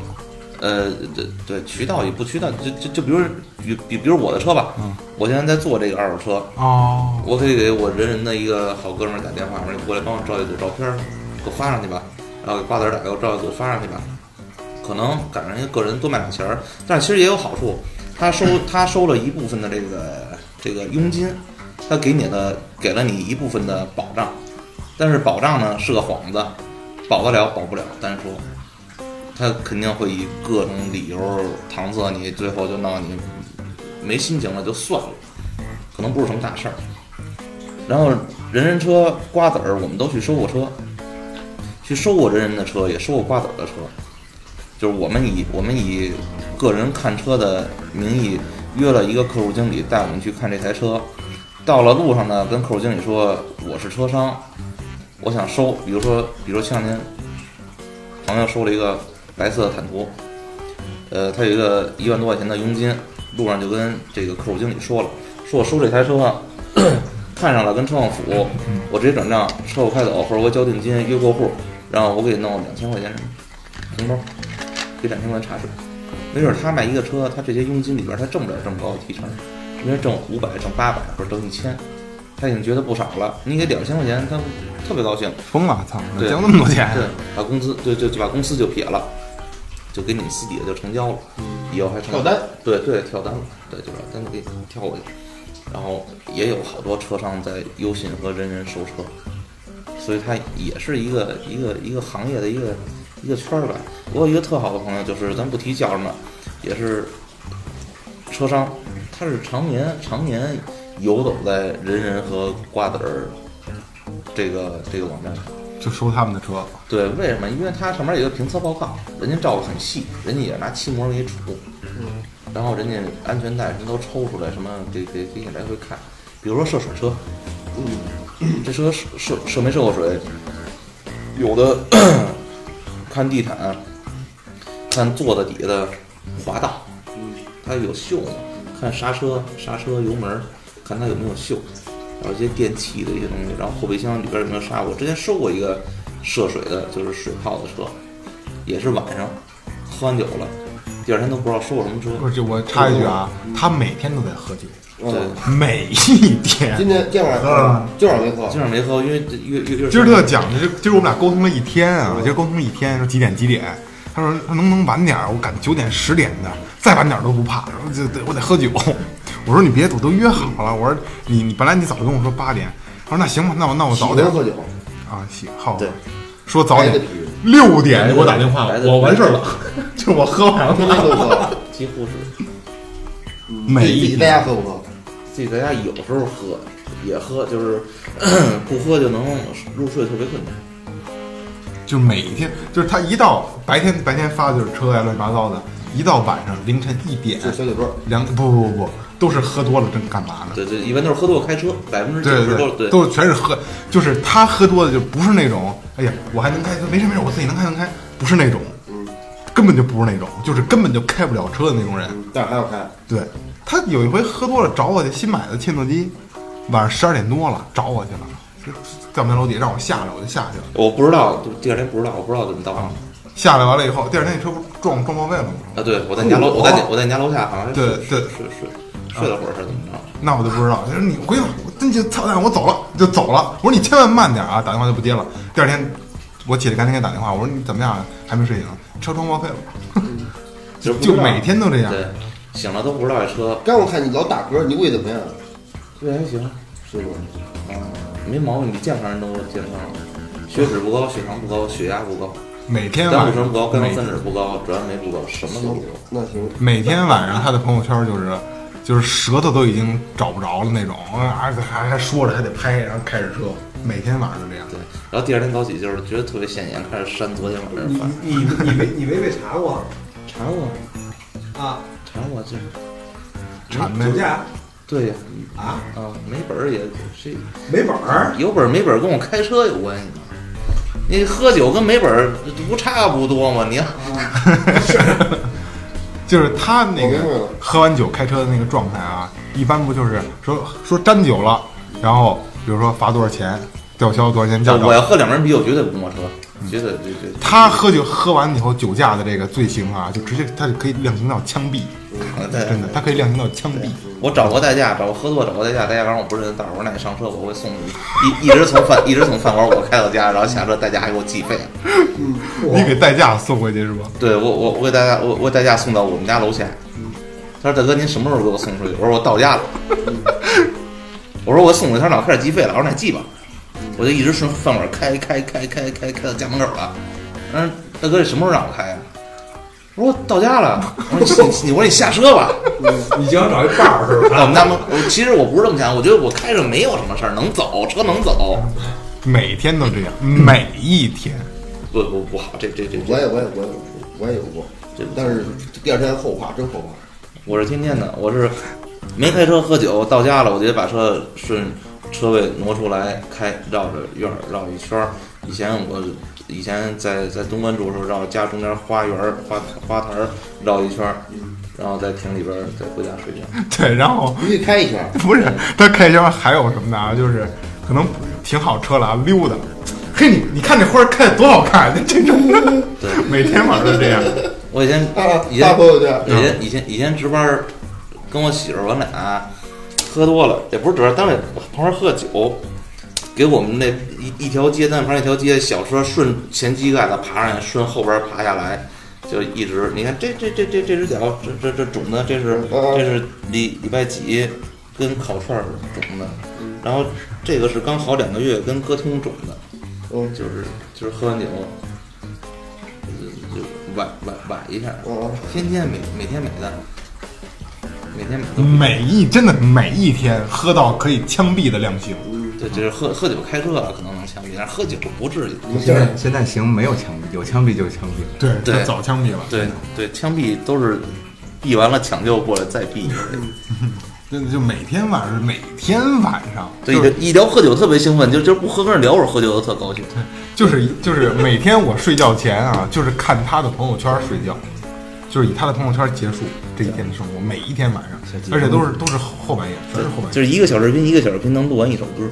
呃，对对，渠道也不渠道，就就就比如比比比如我的车吧，我现在在做这个二手车，
哦，
我可以给我人人的一个好哥们儿打电话，我说你过来帮我照一组照片儿，给我发上去吧。然后给瓜子儿打给我照一组发上去吧。可能赶上一个个人多卖俩钱儿，但是其实也有好处，他收他收了一部分的这个这个佣金，他给你的给了你一部分的保障，但是保障呢是个幌子，保得了保不了单说。他肯定会以各种理由搪塞你，最后就闹你没心情了就算了，可能不是什么大事儿。然后人人车、瓜子儿，我们都去收过车，去收过人人的车，也收过瓜子儿的车。就是我们以我们以个人看车的名义约了一个客户经理带我们去看这台车，到了路上呢，跟客户经理说我是车商，我想收，比如说比如像您朋友收了一个白色的坦途，呃，他有一个一万多块钱的佣金，路上就跟这个客户经理说了，说我收这台车啊。看上了跟车况符，我直接转账，车我开走，或者我交定金约过户，然后我给弄两千块钱红包，给两千块钱茶水。没准他卖一个车，他这些佣金里边他挣不了这么高的提成，人家挣五百、挣八百或者挣一千，他已经觉得不少了。你给两千块钱，他特别高兴。
疯了，操，
对
交那么多钱，
对，把工资对对就把公司就撇了，就给你们私底下就成交了，以后还成
跳单，
对对跳单了，对就把单子给你跳过去，然后也有好多车商在优信和人人收车，所以它也是一个一个一个行业的一个一个圈儿吧。我有一个特好的朋友，就是咱不提叫什么，也是车商，他是常年常年游走在人人和瓜子儿这个这个网站上。
就收他们的车，
对，为什么？因为它上面有一个评测报告，人家照的很细，人家也拿漆膜给你杵，然后人家安全带什么都抽出来，什么给给给你来回看，比如说涉水车，嗯，这车涉涉涉没涉过水，有的 看地毯，看坐的底下的滑道，它有锈嘛，看刹车、刹车、油门，看它有没有锈，然后一些电器的一些东西，然后后备箱里边有没有刹。我之前收过一个涉水的，就是水泡的车，也是晚上喝完酒了，第二天都不知道收过什么车。
不是，我插一句
哦
啊，他每天都在喝酒，
对，
嗯
每一天。
今天今晚上今晚上没喝，
今儿没喝，因为这越越越
今儿特讲究，今儿我们俩沟通了一天啊，今儿沟通了一天，说几点几点。他说他能不能晚点儿？我赶九点十点的，再晚点儿都不怕。然后就得我得喝酒。我说你别，我都约好了。我说你你本来你早就跟我说八点，他说那行吧，那我那我早
喜
点
欢喝酒，
啊，喜好
对
说早
白的
点
啤
六点就给我打电话
白，的
我完事儿了， 就是我喝完了。
那都喝 了，
几乎是
每
自
一
己在家
天
喝不喝？
自己在家有时候喝，也喝，就是 不喝就能入睡特别困难。
就是每一天，就是他一到白天白天发的就是车呀乱七八糟的，一到晚上凌晨一点
就小酒桌，
两不不不不都是喝多了正干嘛呢？
对对，一般都是喝多开车，百分之九
对
十都
对
是对。
都是全是喝，就是他喝多的就不是那种，哎呀，我还能开，没事没事，我自己能开能开，不是那种，根本就不是那种，就是根本就开不了车的那种人。
但是还要开，
对他有一回喝多了找我去，新买的切诺基，晚上十二点多了找我去了，就在我们家楼底让我下来，我就下去了。
我不知道，就第二天不知道，我不知道怎么到啊。
下来完了以后，第二天那车不是撞撞报废了吗？
啊，对，我在你家楼，我在你我在你家楼下，好像是
对对
睡睡睡睡了会儿，是怎么着？
那我就不知道。他说你回去吧，我真就操蛋，我走了就走了。我说你千万慢点啊，打电话就不接了。第二天我起来赶紧给他打电话，我说你怎么样啊？还没睡醒，车撞报废了，
就是不知
就
道
每天都这样。
对，醒了都不知道这车，
刚我看你老打嗝，你胃怎么样？啊
这还行，
是吗？
啊，没毛病，比健康人都健康，血脂不高，血糖不高，血压不高，
每天
胆
晚
固醇不高，甘油
每
三酯不高，转氨酶不高，什么都
行
不高。，
那行，
每天晚上他的朋友圈就是就是舌头都已经找不着了那种，啊还还说着还得拍，然后开着车，每天晚上都这样。
对，然后第二天早起就是觉得特别显眼，开始删昨天晚上的
你
饭。
你你你没你没被查过
查我，
啊？
查我这，
馋 呗
酒，驾
对呀，
啊？
啊，没本儿也谁
没本儿？
有本儿没本儿跟我开车有关系吗？你喝酒跟没本儿不差不多吗？你要
嗯
就是他那
我明白
个
了
喝完酒开车的那个状态啊，一般不就是说说沾酒了，然后比如说罚多少钱，吊销多少钱驾
我要
照。
喝两瓶啤酒，绝对不摸车，
嗯
绝对对对。
他喝酒喝完以后酒驾的这个罪行啊，就直接他就可以量刑到枪毙，
啊对
真的，他可以量刑到枪毙。
我找过代驾，找过喝多找过代驾，代驾让我不认道，我说那你上车，我会送你，一一直从饭一直从饭馆我开到家，然后下车代驾还给我计费。
你给代驾送回去是吧？
对我我我给代驾我我给代驾送到我们家楼下，他说大哥您什么时候给我送出去？我说我到家了， 我说我送出去，他说那我开始计费了，我说那你计吧，我就一直顺饭馆开开开开开开到家门口了，嗯，大哥这什么时候让我开呀、我说我到家了，我说你你我说你下车吧。
你想找一伴儿是吧？
我们家门，我其实我不是这么想，我觉得我开着没有什么事儿，能走，车能走。
每天都这样， 每一天。
不不不好，这这这
我
这，
也我也我也我也有过，但是第二天后怕，真后怕。
我是天天的，我是没开车喝酒，到家了我就得把车顺车位挪出来开，绕着院儿绕一圈儿。以前我以前在在东关住的时候，绕家中间花园儿花花坛儿绕一圈儿，然后在厅里边儿再回家睡觉。
对，然后
你得开一圈，
不是他开销还有什么的啊？就是可能停好车了啊，溜达。嘿，你你看这花儿开的多好看，啊 这种的， 每天晚上都这样。
我以前
大
以
大
前
朋友圈，
以前以前以前值班儿，跟我媳妇儿我俩喝多了，也不是值班儿，单位旁边喝酒，给我们那一一条街单位旁一条街小车顺前膝盖子爬上去，顺后边儿爬下来，就一直你看这这这这这只脚这这这肿的，这
嗯
是这是礼礼拜几跟烤串儿肿的，然后这个是刚好两个月跟歌厅肿的，
嗯
就是就是喝完酒。就就崴崴崴一下，
嗯，
天天每每天美的，每天美的，
嗯每一真的每一天喝到可以枪毙的量刑，
对，就是喝喝酒开车了，可能能枪毙，但是喝酒不至于。
嗯
现在现在行，没有枪毙，有枪毙就枪毙。
对，
对
他早枪毙了。
对对，枪毙都是毙完了抢救过来再毙。
真的就每天晚上，每天晚上，
对，一聊一聊喝酒特别兴奋，就就不合跟人聊会儿喝酒都特高兴。
就是就是每天我睡觉前啊，就是看他的朋友圈睡觉，就是以他的朋友圈结束这一天的生活，每一天晚上，而且都是都是后后半夜，全是后半夜，
就是一个小视频，一个小视频能录完一首歌。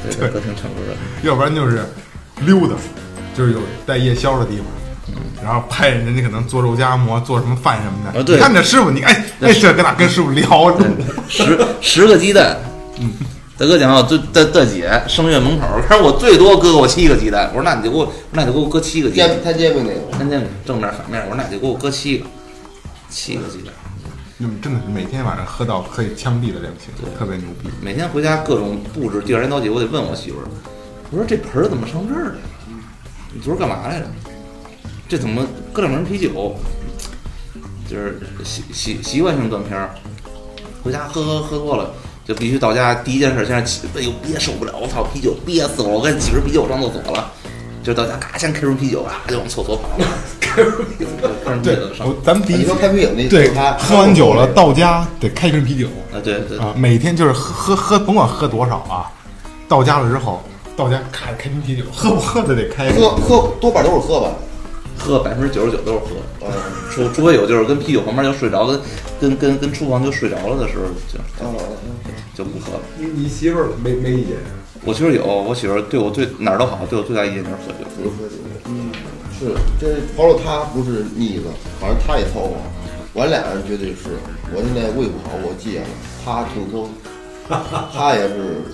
对，在歌厅唱歌的，
要不然就是溜达，就是有带夜宵的地方。然后拍人家可能做肉夹馍、做什么饭什么的，
啊对
你看这师傅，你哎哎，这跟那跟师傅聊，
十十个鸡蛋。大哥讲话，这大大姐生月门口，他说我最多搁过七个鸡蛋。我说那你就给我，那你就给我搁七个鸡蛋
煎。摊煎饼那个，
看见没？正面反面，我说那就给我搁七个，七个鸡蛋。
你们真的是每天晚上喝到可以枪毙的量刑，特别牛逼。
每天回家各种布置，第二天早起我得问我媳妇儿，我说这盆儿怎么上这儿来了？你昨儿干嘛来了？这怎么搁两瓶啤酒？就是习习习惯性断片儿，回家喝喝喝过了，就必须到家第一件事先是起，哎呦憋受不了，我操啤酒憋死我了，我跟几瓶啤酒上厕所了，就到家嘎先开瓶啤酒啊，就往厕所跑， 开瓶啤酒，开瓶啤
对
酒上，
我咱们第一
哎你
期
说开啤酒那
对
他，
喝完酒了到家得开一瓶啤酒
啊对对
啊，每天就是喝喝喝，甭管喝多少啊，到家了之后，到家开开瓶啤酒，喝不喝的得开。
喝喝多半都是喝吧，
喝百分之九十九都是喝，除除非有就是跟啤酒旁边就睡着，跟跟跟跟厨房就睡着了的时候就
嗯
就不喝了。
你你媳妇儿没没意见？啊
我媳妇儿有，我媳妇儿对我最哪儿都好，对我最大意见就是喝酒。
嗯是这包括他不是腻子，反正他也凑合，我俩人绝对是，我现在胃不好我戒了，他痛风，他也是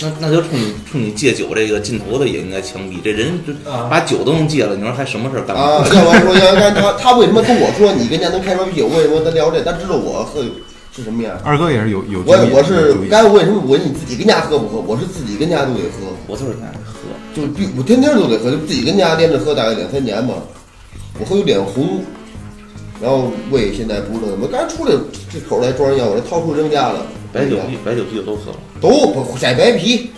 那那就冲你冲你戒酒这个尽头的也应该枪毙，这人就
啊
把酒都能戒了，你说还什么事儿干不了？
啊，要不然说要不然他他为什么跟我说你跟家能开瓶啤酒？为什么他聊这？他知道我喝酒是什么样。
二哥也是有有
我
经历的
我是
有经历的
该为什么我你自己跟家喝不喝？我是自己跟家都得喝，
我就是爱喝，
就必我天天都得喝，就自己跟家连着喝大概两三年吧。我喝有脸红，然后胃现在不是怎么，刚出来这口来装药，我这掏出扔家了。
白酒啤白酒啤酒都喝了。
都不晒白啤，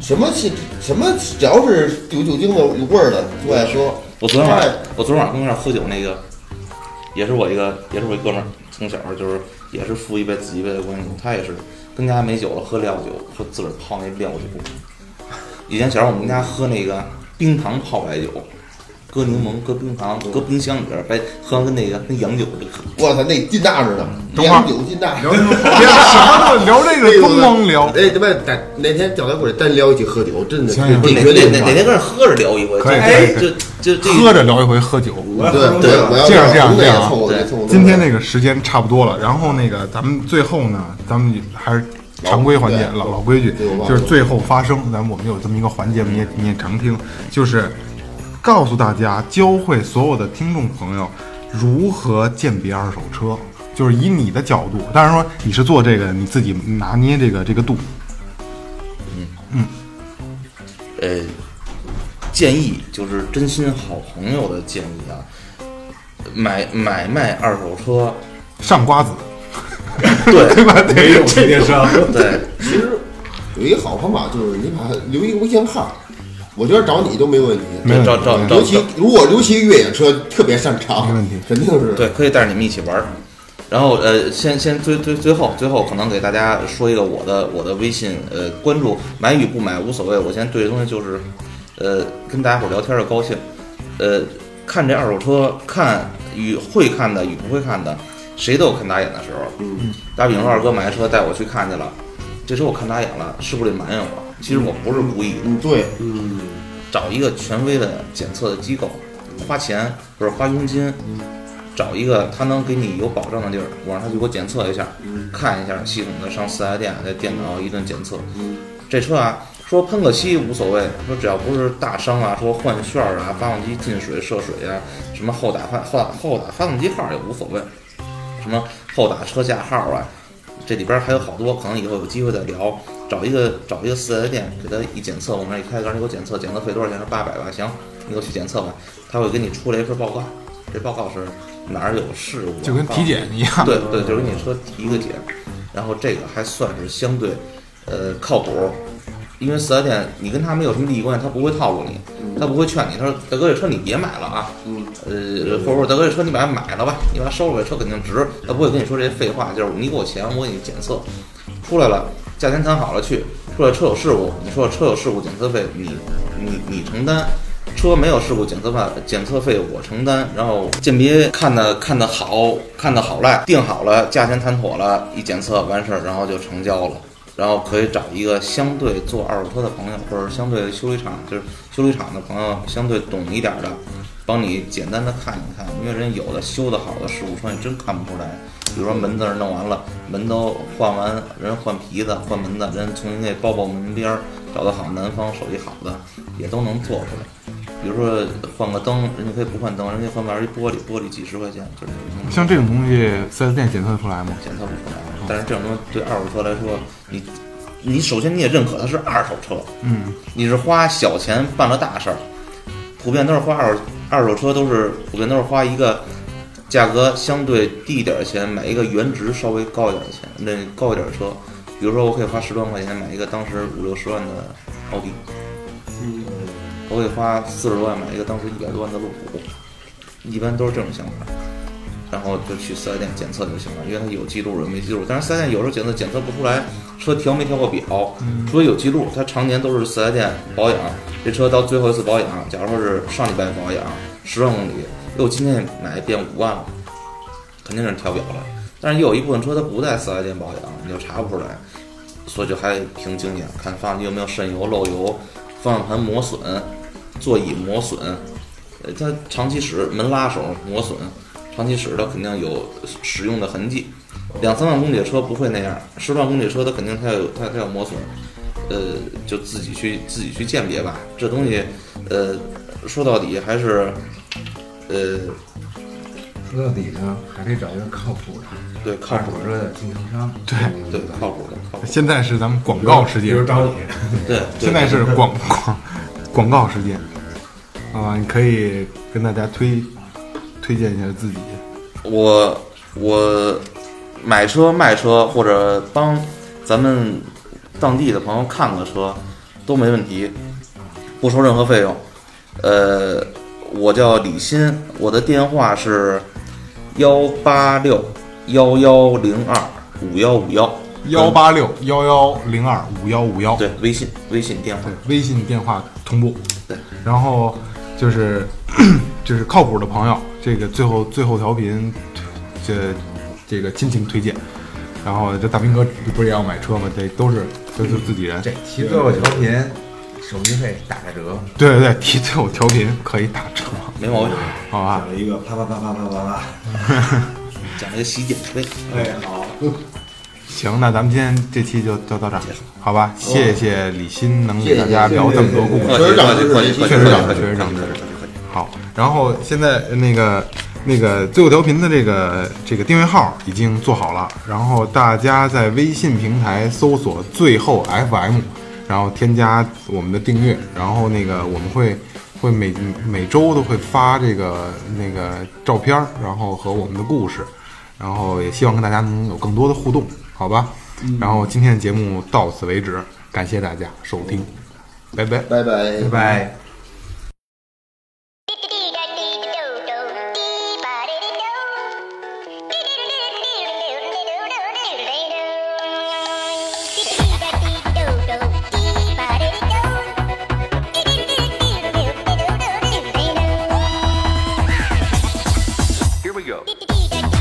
什么气什么只要是有酒精的有味儿的都爱喝。
我昨天晚上
哎，
我昨天晚上跟那儿喝酒那个，也是我一个，也是我一哥们儿，从小就是也是父一辈子一辈的关系，他也是跟家没酒了喝料酒，说自个儿泡那料酒。以前小时候我们家喝那个冰糖泡白酒，搁柠檬，搁冰糖，搁冰箱里边儿，白喝完跟那个跟洋酒似的。
我操，那劲大着呢，
等会儿
两酒劲大。
聊这种 别啥都聊这个
个
东光聊，
哎，他妈哪哪天找他过来单聊一起喝酒，真的，
行
不
这
是哪
绝对
哪哪哪天跟人喝着聊一回，就
可以
哎
可以可
就就这
喝着聊一回喝酒。
对对，我要
这样这样这样啊
凑合
对
凑合。
今天那个时间差不多了，然后那个咱们最后呢，咱们还是常规环节，
对
老老规矩
对我忘，了
就是最后发声。咱们我们有这么一个环节，你也你也常听，就是告诉大家，教会所有的听众朋友如何鉴别二手车，就是以你的角度，当然说你是做这个，你自己拿捏这个这个度。
呃，建议就是真心好朋友的建议啊，买买卖二手车，
上瓜子，
对
对吧？对，
这电商，
对，
其实有一个好方法就是你把它留一个微信号，我觉得找你都没问题。
没问题
找找
没问题
找
尤其如果尤其越野车特别擅长，
没问题
肯定是。
对，可以带着你们一起玩儿。然后呃，先先最最最后最后可能给大家说一个我的我的微信呃，关注买与不买无所谓，我现在对这东西就是，呃，跟大家伙儿聊天儿就高兴，呃，看这二手车，看与会看的与不会看的，谁都有看打眼的时候。嗯，打比方说二哥买车带我去看去了，这车我看打眼了，是不是得埋怨我？其实我不是故意的，
嗯，对，
找一个权威的检测的机构，花钱或者花佣金，找一个他能给你有保障的地儿，我让他去给我检测一下，看一下系统的，上四 S 店在电脑一顿检测。这车啊，说喷个漆无所谓，说只要不是大伤啊，说换旋儿啊、发动机进水、涉水啊，什么后打发后打后打发动机号也无所谓，什么后打车架号啊，这里边还有好多，可能以后有机会再聊。找一个找一个四 S 店，给他一检测，我们这一开杆，你给我检测，检测费多少钱？是八百吧？行，你给我去检测吧。他会给你出来一份报告，这报告是哪儿有事故啊，
就跟体检一样。
对对，就是你车一个解，然后这个还算是相对，呃，靠谱儿，因为四 S 店你跟他没有什么利益关系，他不会套路你，他不会劝你，他说大哥这车你别买了啊，呃，或者说大哥这车你把它买了吧，你把它收了吧，这车肯定值，他不会跟你说这些废话，就是你给我钱，我给你检测，出来了，价钱谈好了去，出来车有事故，你说车有事故检测费你你你承担，车没有事故检测办检测费我承担，然后鉴别看的看的好，看的好赖，定好了价钱谈妥了，一检测完事儿，然后就成交了。然后可以找一个相对做二手车的朋友，或者相对修理厂，就是修理厂的朋友，相对懂一点的，帮你简单的看一看。因为人有的修的好的事故车你真看不出来，比如说门子儿弄完了，门都换完，人换皮子换门子，人重新给包包门边儿，找到好南方手艺好的也都能做出来。比如说换个灯，人家可以不换灯，人家换面儿一玻璃，玻璃几十块钱，就是这种
像这种东西，四 S 店检测得出来吗？
检测不出来。但是这种东西对二手车来说，你你首先你也认可它是二手车，
嗯，
你是花小钱办了大事儿，普遍都是花二手二手车都是普遍都是花一个价格相对低一点的钱买一个原值稍微高一点的钱，那高一点的车，比如说我可以花十多万块钱买一个当时五六十万的奥迪，
嗯，
我可以花四十多万买一个当时一百多万的路虎，一般都是这种想法。然后就去四 S 店检测就行了，因为它有记录有没记录。但是四 S 店有时候检测检测不出来车调没调过表，除非有记录，它常年都是四 S 店保养，这车到最后一次保养，假如说是上礼拜保养十万公里，哟，今天买变五万了，肯定是调表了。但是也有一部分车它不在四 S 店保养，你就查不出来，所以就还凭经验看发动机有没有渗油、漏油、方向盘磨损、座椅磨损，呃，它长期使门拉手磨损，长期使它肯定有使用的痕迹。两三万公里的车不会那样，十万公里的车它肯定它要有它它要磨损，呃，就自己去自己去鉴别吧。这东西，呃，说到底还是，呃，
说到底呢，还得找一个靠谱的
对靠谱
车的经销商。
对，
对靠谱的靠谱的，
现在是咱们广告时
比
间
如，找你，
对，对
现在是广广广告时间啊、你可以跟大家推推荐一下自己。
我我买车卖车或者帮咱们当地的朋友看个车都没问题，不收任何费用。呃，我叫李鑫，我的电话是幺八六幺幺零二五幺五幺，
幺八六幺幺零二五幺五幺，
对，微信微信电话
对，，微信电话同步。
对，
然后就是 就是靠谱的朋友，这个最后最后调频，这这个亲情推荐。然后这大兵哥不是也要买车吗？这都是都是自己人。
这提最后调频，手续费打个折。
对对对，提最后调频可以打折，
没毛病。
好吧？
讲啊了一个啪啪啪啪啪啪啪，
讲一个洗剪吹，
哎，好，
行，那咱们今天这期就就到这儿，好吧？谢谢李欣能给
谢谢
大家聊这么多故事，
客气客气客气，
确实长
客
知识，
气
确实长知
客
识
气。客气
好，然后现在呃那个那个最后调频的这个这个订阅号已经做好了，然后大家在微信平台搜索“最后 FM”，然后添加我们的订阅，然后那个我们会会每每周都会发这个那个照片儿，然后和我们的故事，然后也希望跟大家能有更多的互动，好吧？然后今天的节目到此为止，感谢大家收听，拜拜。
拜拜。
拜拜。
Here we go.
Thank you.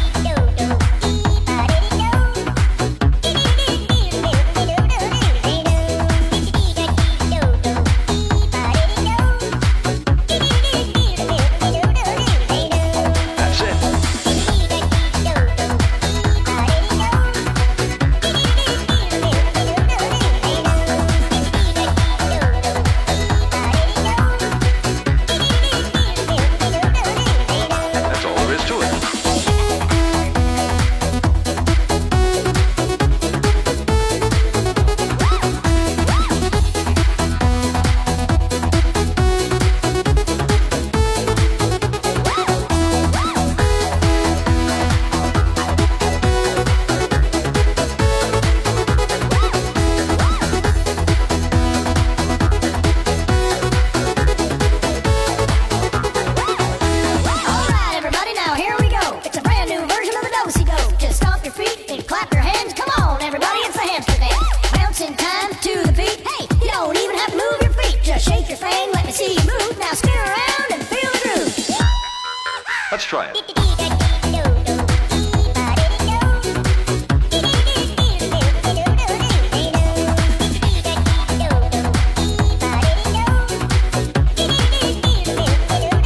try it.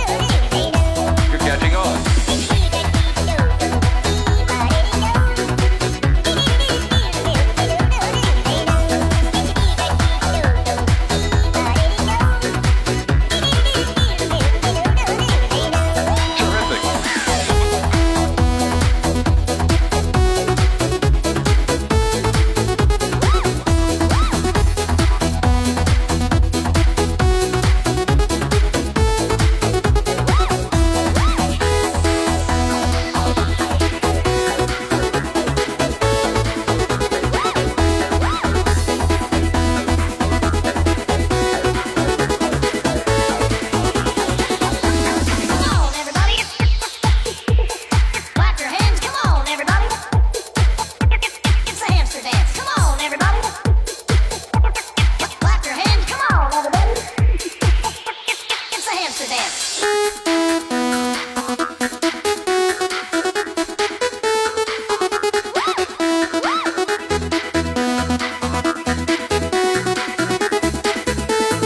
You're catching on. Terrific.
Clap your hands, come on, everybody. It's a hamster dance, come on, everybody. Clap your hands, come on, everybody. It's a hamster dance.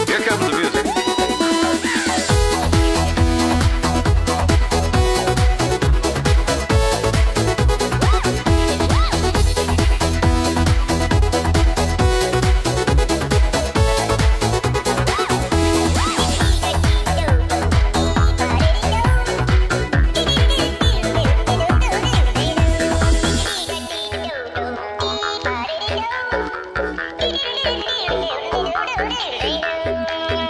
Here comes the music.
Thank you.